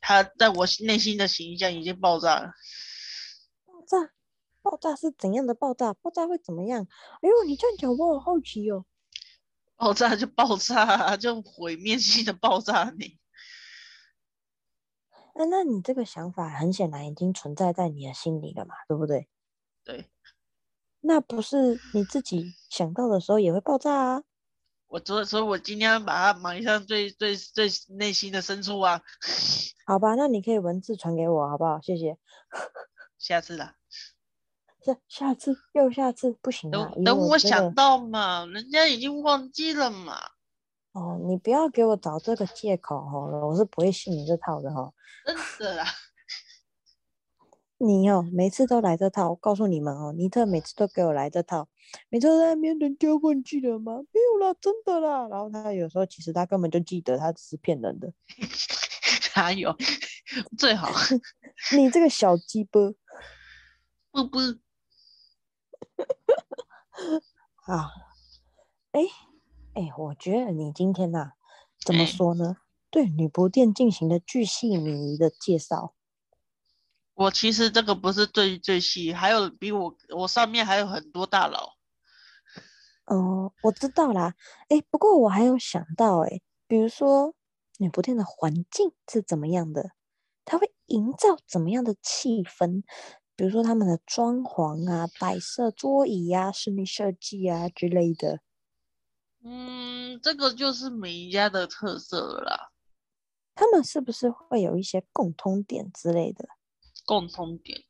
A: 他在我心内心的形象已经爆炸了，
B: 爆炸，爆炸是怎样的爆炸？爆炸会怎么样？哎呦，你这样讲我好好奇哦。
A: 爆炸就爆炸啊， 就毁灭性的爆炸你。
B: 那、啊那你这个想法很显然已经存在在你的心里了嘛，对不对？
A: 对
B: 那不是你自己想到的时候也会爆炸啊？
A: 我所以所以，我今天把它埋向最最最内心的深处啊，
B: 好吧，那你可以文字传给我好不好？谢谢。
A: 下次啦。
B: 下下次又下次不行啊！
A: 等
B: 以
A: 等我
B: 这
A: 想
B: 个
A: 到嘛，人家已经忘记了嘛。
B: 哦，你不要给我找这个借口哦，我是不会信你这套的哦。
A: 真的 啦，
B: 你哦，每次都来这套，我告诉你们哦，尼特每次都给我来这套，每次都在那边人家忘记了吗？没有啦，真的啦。然后他有时候其实他根本就记得，他只是骗人的。
A: 哪有？ 最好
B: 你这个小鸡巴
A: 不不，
B: 啊！哎哎，我觉得你今天呐、怎么
A: 哎
B: 说呢？对女仆店进行了巨细靡遗的介绍。
A: 我其实这个不是最最细，还有比我我上面还有很多大佬。
B: 哦，我知道啦。哎，不过我还有想到，哎，比如说女仆店的环境是怎么样的，它会营造怎么样的气氛？比如说他们的装潢啊、摆设、桌椅呀、室内设计啊之类的。
A: 嗯，这个就是每一家的特色了啦，
B: 他们是不是会有一些共通点之类的？
A: 共通点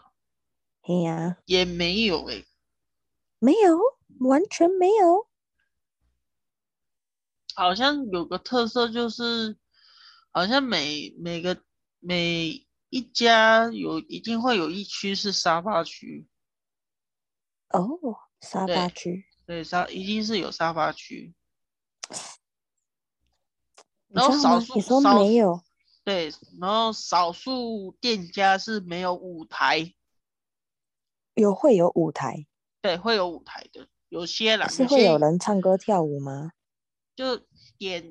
B: 哎呀，
A: 也没有诶、
B: 没有，完全没有。
A: 好像有个特色就是，好像每每个每一家有一定会有一区是沙发区，
B: 哦，沙发
A: 对
B: 区，
A: 对沙一定是有沙发区，
B: 你
A: 然后
B: 知道
A: 少
B: 吗？你
A: 数
B: 说
A: 少
B: 没
A: 数
B: 有，
A: 对，然后少数店家是没有舞台，
B: 有会有舞台，
A: 对，会有舞台的，有些啦，
B: 是
A: 啊有
B: 会
A: 些
B: 有人唱歌跳舞吗？
A: 就点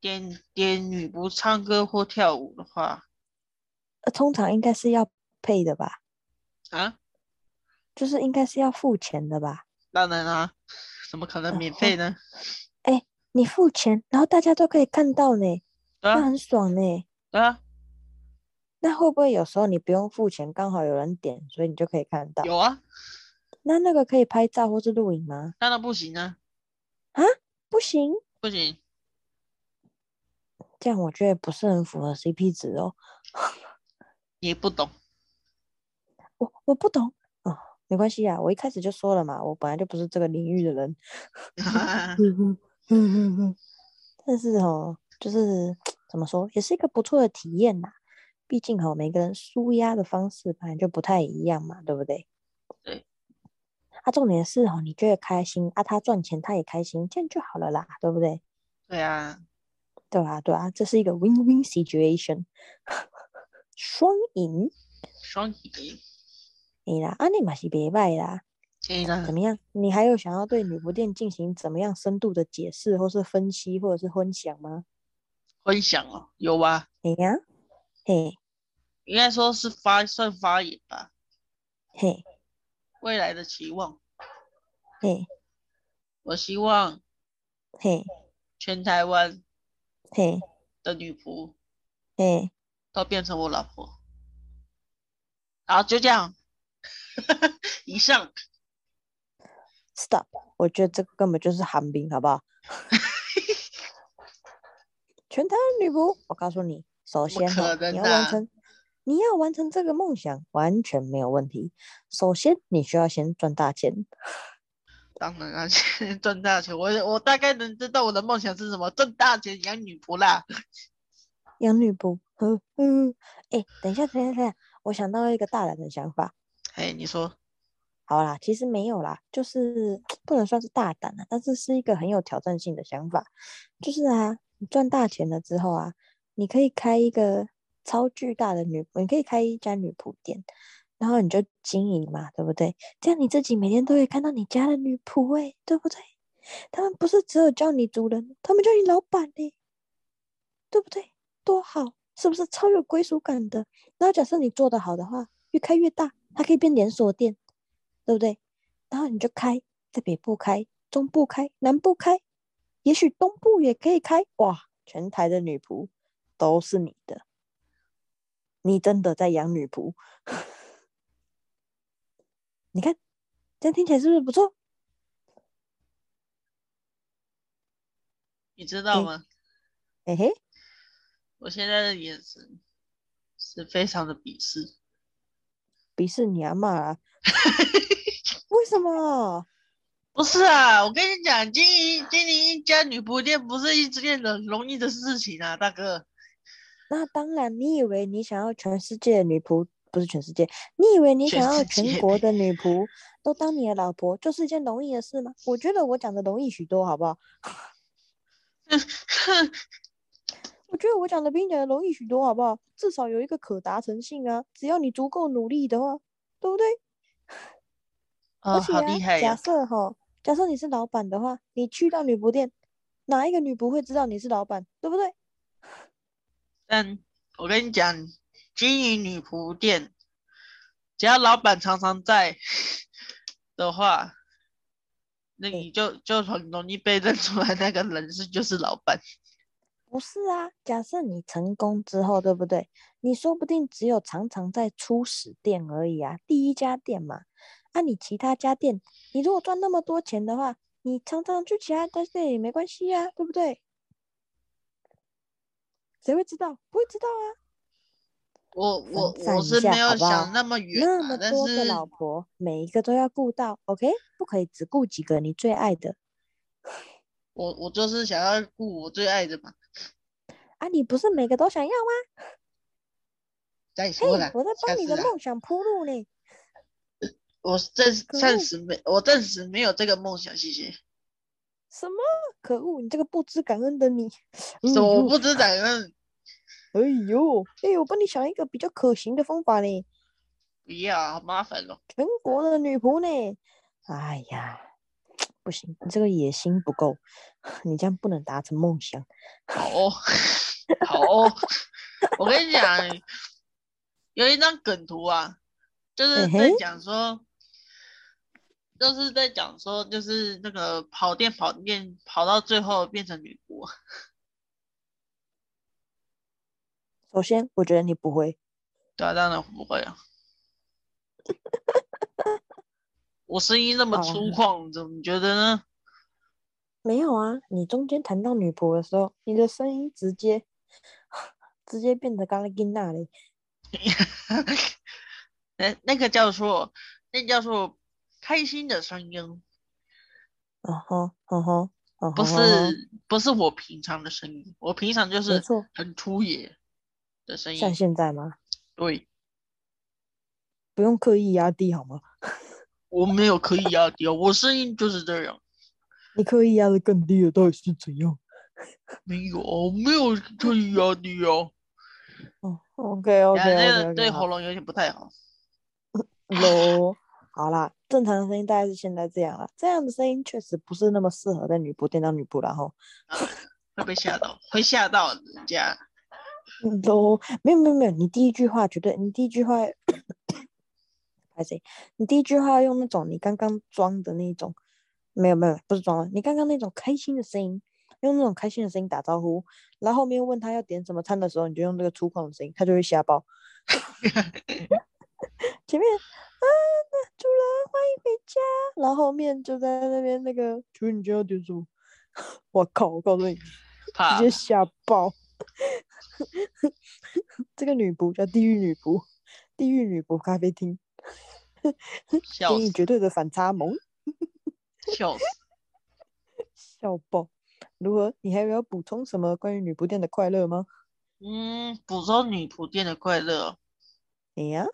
A: 点点女仆唱歌或跳舞的话
B: 呃，通常应该是要配的吧，
A: 啊，
B: 就是应该是要付钱的吧。
A: 当然啦、怎么可能
B: 然
A: 免
B: 后
A: 费呢？
B: 你付钱，然后大家都可以看到呢，
A: 对
B: 那
A: 啊，
B: 很爽呢。
A: 对啊。
B: 那会不会有时候你不用付钱，刚好有人点，所以你就可以看到？
A: 有啊，
B: 那那个可以拍照或是录影吗？
A: 当然不行啊，
B: 不行，
A: 不行，
B: 这样我觉得不是很符合 CP 值哦。
A: 你不懂。
B: 我我不懂哦，没关系啊，我一开始就说了嘛，我本来就不是这个领域的人。嗯哼嗯哼哼，但是哦，就是怎么说，也是一个不错的体验呐。毕竟哦，每个人舒压的方式本来就不太一样嘛，对不对？
A: 对。
B: 啊，重点是哦，你觉得开心啊，他赚钱他也开心，这样就好了啦，对不对？
A: 对啊，
B: 对啊，对啊，这是一个 win-win situation，双赢。
A: 双赢，
B: 你啦，啊，你嘛是别拜啦。
A: 对啦
B: 怎，么样？你还有想要对女仆店进行怎么样深度的解释，或是分析，或者是分享吗？
A: 分享哦，有吧？
B: 哎呀，嘿
A: 应该说是发算发言吧，
B: 嘿
A: 未来的期望，
B: 嘿
A: 我希望
B: 嘿
A: 全台湾
B: 嘿
A: 的女仆
B: 嘿，
A: 都变成我老婆。好，就这样。 以上，
B: 是的，我觉得这个根本就是寒冰，好不好？全台湾女仆，我告诉你，首
A: 怎么
B: 先哈、
A: 可
B: 你
A: 能
B: 要完
A: 啊
B: 成，你要完成这个梦想，完全没有问题。首先，你需要先赚大钱，
A: 当然 啊，赚大钱，我我大概能知道我的梦想是什么，赚大钱养女仆啦。
B: 养女仆。呵呵，哎、等一下，等一下，等一下，我想到一个大胆的想法。
A: 哎，你说，
B: 好啦，其实没有啦，就是不能算是大胆啊，但是是一个很有挑战性的想法。就是啊，你赚大钱了之后啊，你可以开一个超巨大的女，你可以开一家女仆店，然后你就经营嘛，对不对？这样你自己每天都会看到你家的女仆、欸，对不对？他们不是只有叫你主人，他们叫你老板呢、对不对？多好，是不是超有归属感的？然后假设你做得好的话，越开越大，它可以变连锁店，对不对？然后你就开，在北部开，中部开，南部开，也许东部也可以开。哇，全台的女仆都是你的，你真的在养女仆。 你看，这样听起来是不是不错？
A: 你知道
B: 嗯
A: 吗？
B: 嘿嘿，
A: 我现在的眼神是非常的鄙视，
B: 鄙视你阿妈啦？ 为什么？
A: 不是啊，我跟你讲，经营经营一家女仆店不是一件很容易的事情啊，大哥。
B: 那当然，你以为你想要全世界的女仆，不是全世界，你以为你
A: 全
B: 想要
A: 世界
B: 全国的女仆都当你的老婆，就是一件容易的事吗？我觉得我讲的容易许多，好不好？我觉得我讲的比你讲的容易许多，好不好？至少有一个可达成性啊，只要你足够努力的话，对不对？
A: 哦，
B: 而且
A: 好
B: 啊，
A: 厉害呀、
B: 假设哈，假设你是老板的话，你去到女仆店，哪一个女仆会知道你是老板，对不对？
A: 但我跟你讲，经营女仆店，只要老板常常在的话，那
B: 对
A: 你就就很容易被认出来那个人是就是老板。
B: 不是啊，假设你成功之后，对不对？你说不定只有常常在初始店而已啊，第一家店嘛。啊，你其他家店，你如果赚那么多钱的话，你常常去其他家店也没关系呀、对不对？谁会知道？不会知道啊。
A: 我我
B: 分散
A: 我
B: 一
A: 是没
B: 下好
A: 有
B: 不好
A: 想那么远、
B: 那
A: 啊，
B: 么
A: 但
B: 多个
A: 是
B: 老婆，每一个都要顾到，OK？不可以只顾几个你最爱的
A: 我我就是想要顾我最爱的嘛。
B: 啊！你不是每个都想要吗？
A: 再
B: 嘿，
A: 说了，
B: 我在
A: 下
B: 帮你
A: 次
B: 的
A: 啦
B: 梦想铺路呢。
A: 我暂时
B: 可
A: 暂
B: 恶
A: 时没，我暂时没有这个梦想，谢谢。
B: 什么？可恶！你这个不知感恩的你！哎
A: 什么我
B: 呦
A: 不知感嗯恩，
B: 哎呦，哎，我帮你想一个比较可行的方法呢，
A: 不要啊，好麻烦哦。
B: 全国的女仆呢。哎呀，不行，你这个野心不够， 你这样不能达成梦想。
A: 好哦， 好哦，我跟你讲，有一张梗图啊，就是
B: 嗯
A: 在
B: 哼
A: 讲说，就是在讲说，就是那个跑店跑店跑到最后变成女仆，
B: 首先，我觉得你不会，
A: 对啊，当然不会 啊。我声音那么
B: 好啦
A: 粗犷，怎么觉得呢？
B: 没有啊。你中间谈到女仆的时候，你的声音直接 直接变得刚刚跟那里，
A: 那那个叫做那叫做开心的声音，
B: 哦吼，哦吼，哦吼，
A: 不
B: 哦嗯吼
A: 是不是我平常的声音，我平常就
B: 没
A: 是
B: 错，
A: 很粗野的声音。
B: 像现在吗？
A: 对，
B: 不用刻意压低好吗？
A: 我没有刻意压低，啊我声音就是这样，
B: 你刻意压得更低了，到底是怎样？
A: 没有没有刻意压低哦。
C: 哦
B: OK
A: 等
B: OK
A: 下这
B: OK
A: 个
B: OK，
A: 对
B: 好
A: 喉咙有点不太好。
B: 喽， 好啦，正常的声音大概是现在这样啦。这样的声音确实不是那么适合在女仆店当女仆啦吼，
A: 会被吓到，会吓到人家。
B: 然后嗯都没有没有没有，你第一句话绝对，你第一句话，拍谁？你第一句话用那种你刚刚装的那种，没有没有不是装了，你刚刚那种开心的声音，用那种开心的声音打招呼，然后后面问他要点什么餐的时候，你就用这个粗犷的声音，他就会吓爆。前面啊，那主人欢迎回家，然后后面就在那边那个，请问你今天要点什么？ 我靠！我告诉你，
A: 怕
B: 直接吓爆。 这个女仆叫地狱女仆，地狱女仆咖啡厅，
A: 笑
B: 给你
A: 死，
B: 绝对的反差萌，
A: 笑死。
B: 笑爆！如何？你还有要补充什么关于女仆店的快乐吗？
A: 嗯，捕捉女仆店的快乐，
B: 哎呀，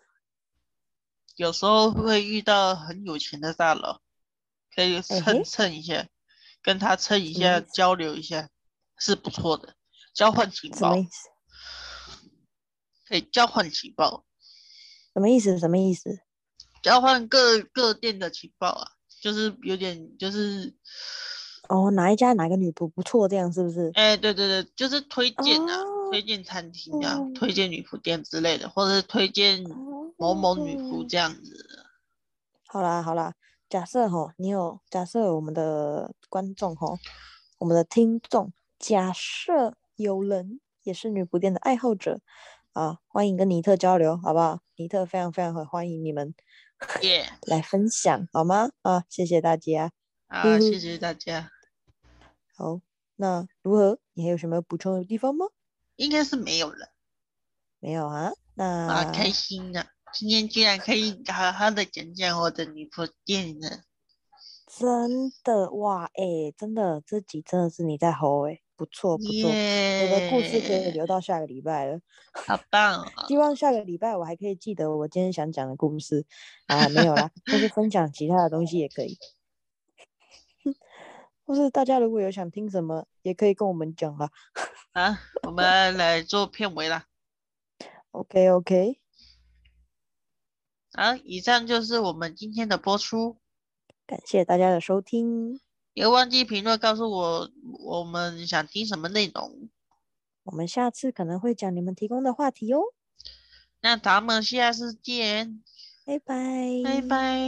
A: 有时候会遇到很有钱的大佬，可以
B: 哎嘿
A: 蹭蹭一下，跟他蹭一
B: 什么
A: 下，
B: 意
A: 交流一下是不错的。交换情
B: 什么
A: 报
B: 意思？
A: 可以交换情报，
B: 什么意思？什么意思？
A: 交换各各店的情报啊，就是有点就是，
B: 哦，哪一家哪个女仆不错，这样是不是？
A: 哎，对对对，就是推荐啊，
B: 哦
A: 推荐餐厅啊，
B: 嗯
A: 推荐女仆店之类的，或者是推荐某某女仆
B: 哦
A: 这样子的。
B: 好啦好啦，假设吼，你有假设我们的观众吼，我们的听众，假设有人也是女仆店的爱好者啊，欢迎跟尼特交流，好不好？尼特非常非常很欢迎你们
A: 耶、
B: 来分享，好吗？啊，谢谢大家。
A: 啊，
B: 嗯
A: 谢谢大家，
B: 好，那如何？你还有什么补充的地方吗？
A: 应该是没有了
B: 没有啊？那
A: 啊，开心啊！今天居然可以好好的讲讲我的女仆店了，
B: 真的哇，哎、真的这集真的是你在吼哎、不错不错，
A: 耶、
B: 我的故事可以留到下个礼拜了。
A: 好棒哦！
B: 希望下个礼拜我还可以记得我今天想讲的故事啊，没有啦，或是分享其他的东西也可以。 或是大家如果有想听什么，也可以跟我们讲啦。
A: 啊，我们来做片尾啦。
B: OK OK，
A: 啊，以上就是我们今天的播出，
B: 感谢大家的收听，
A: 别忘记评论告诉我我们想听什么内容。
B: 我们下次可能会讲你们提供的话题哦，
A: 那咱们下次见，
B: 拜拜，
A: 拜拜。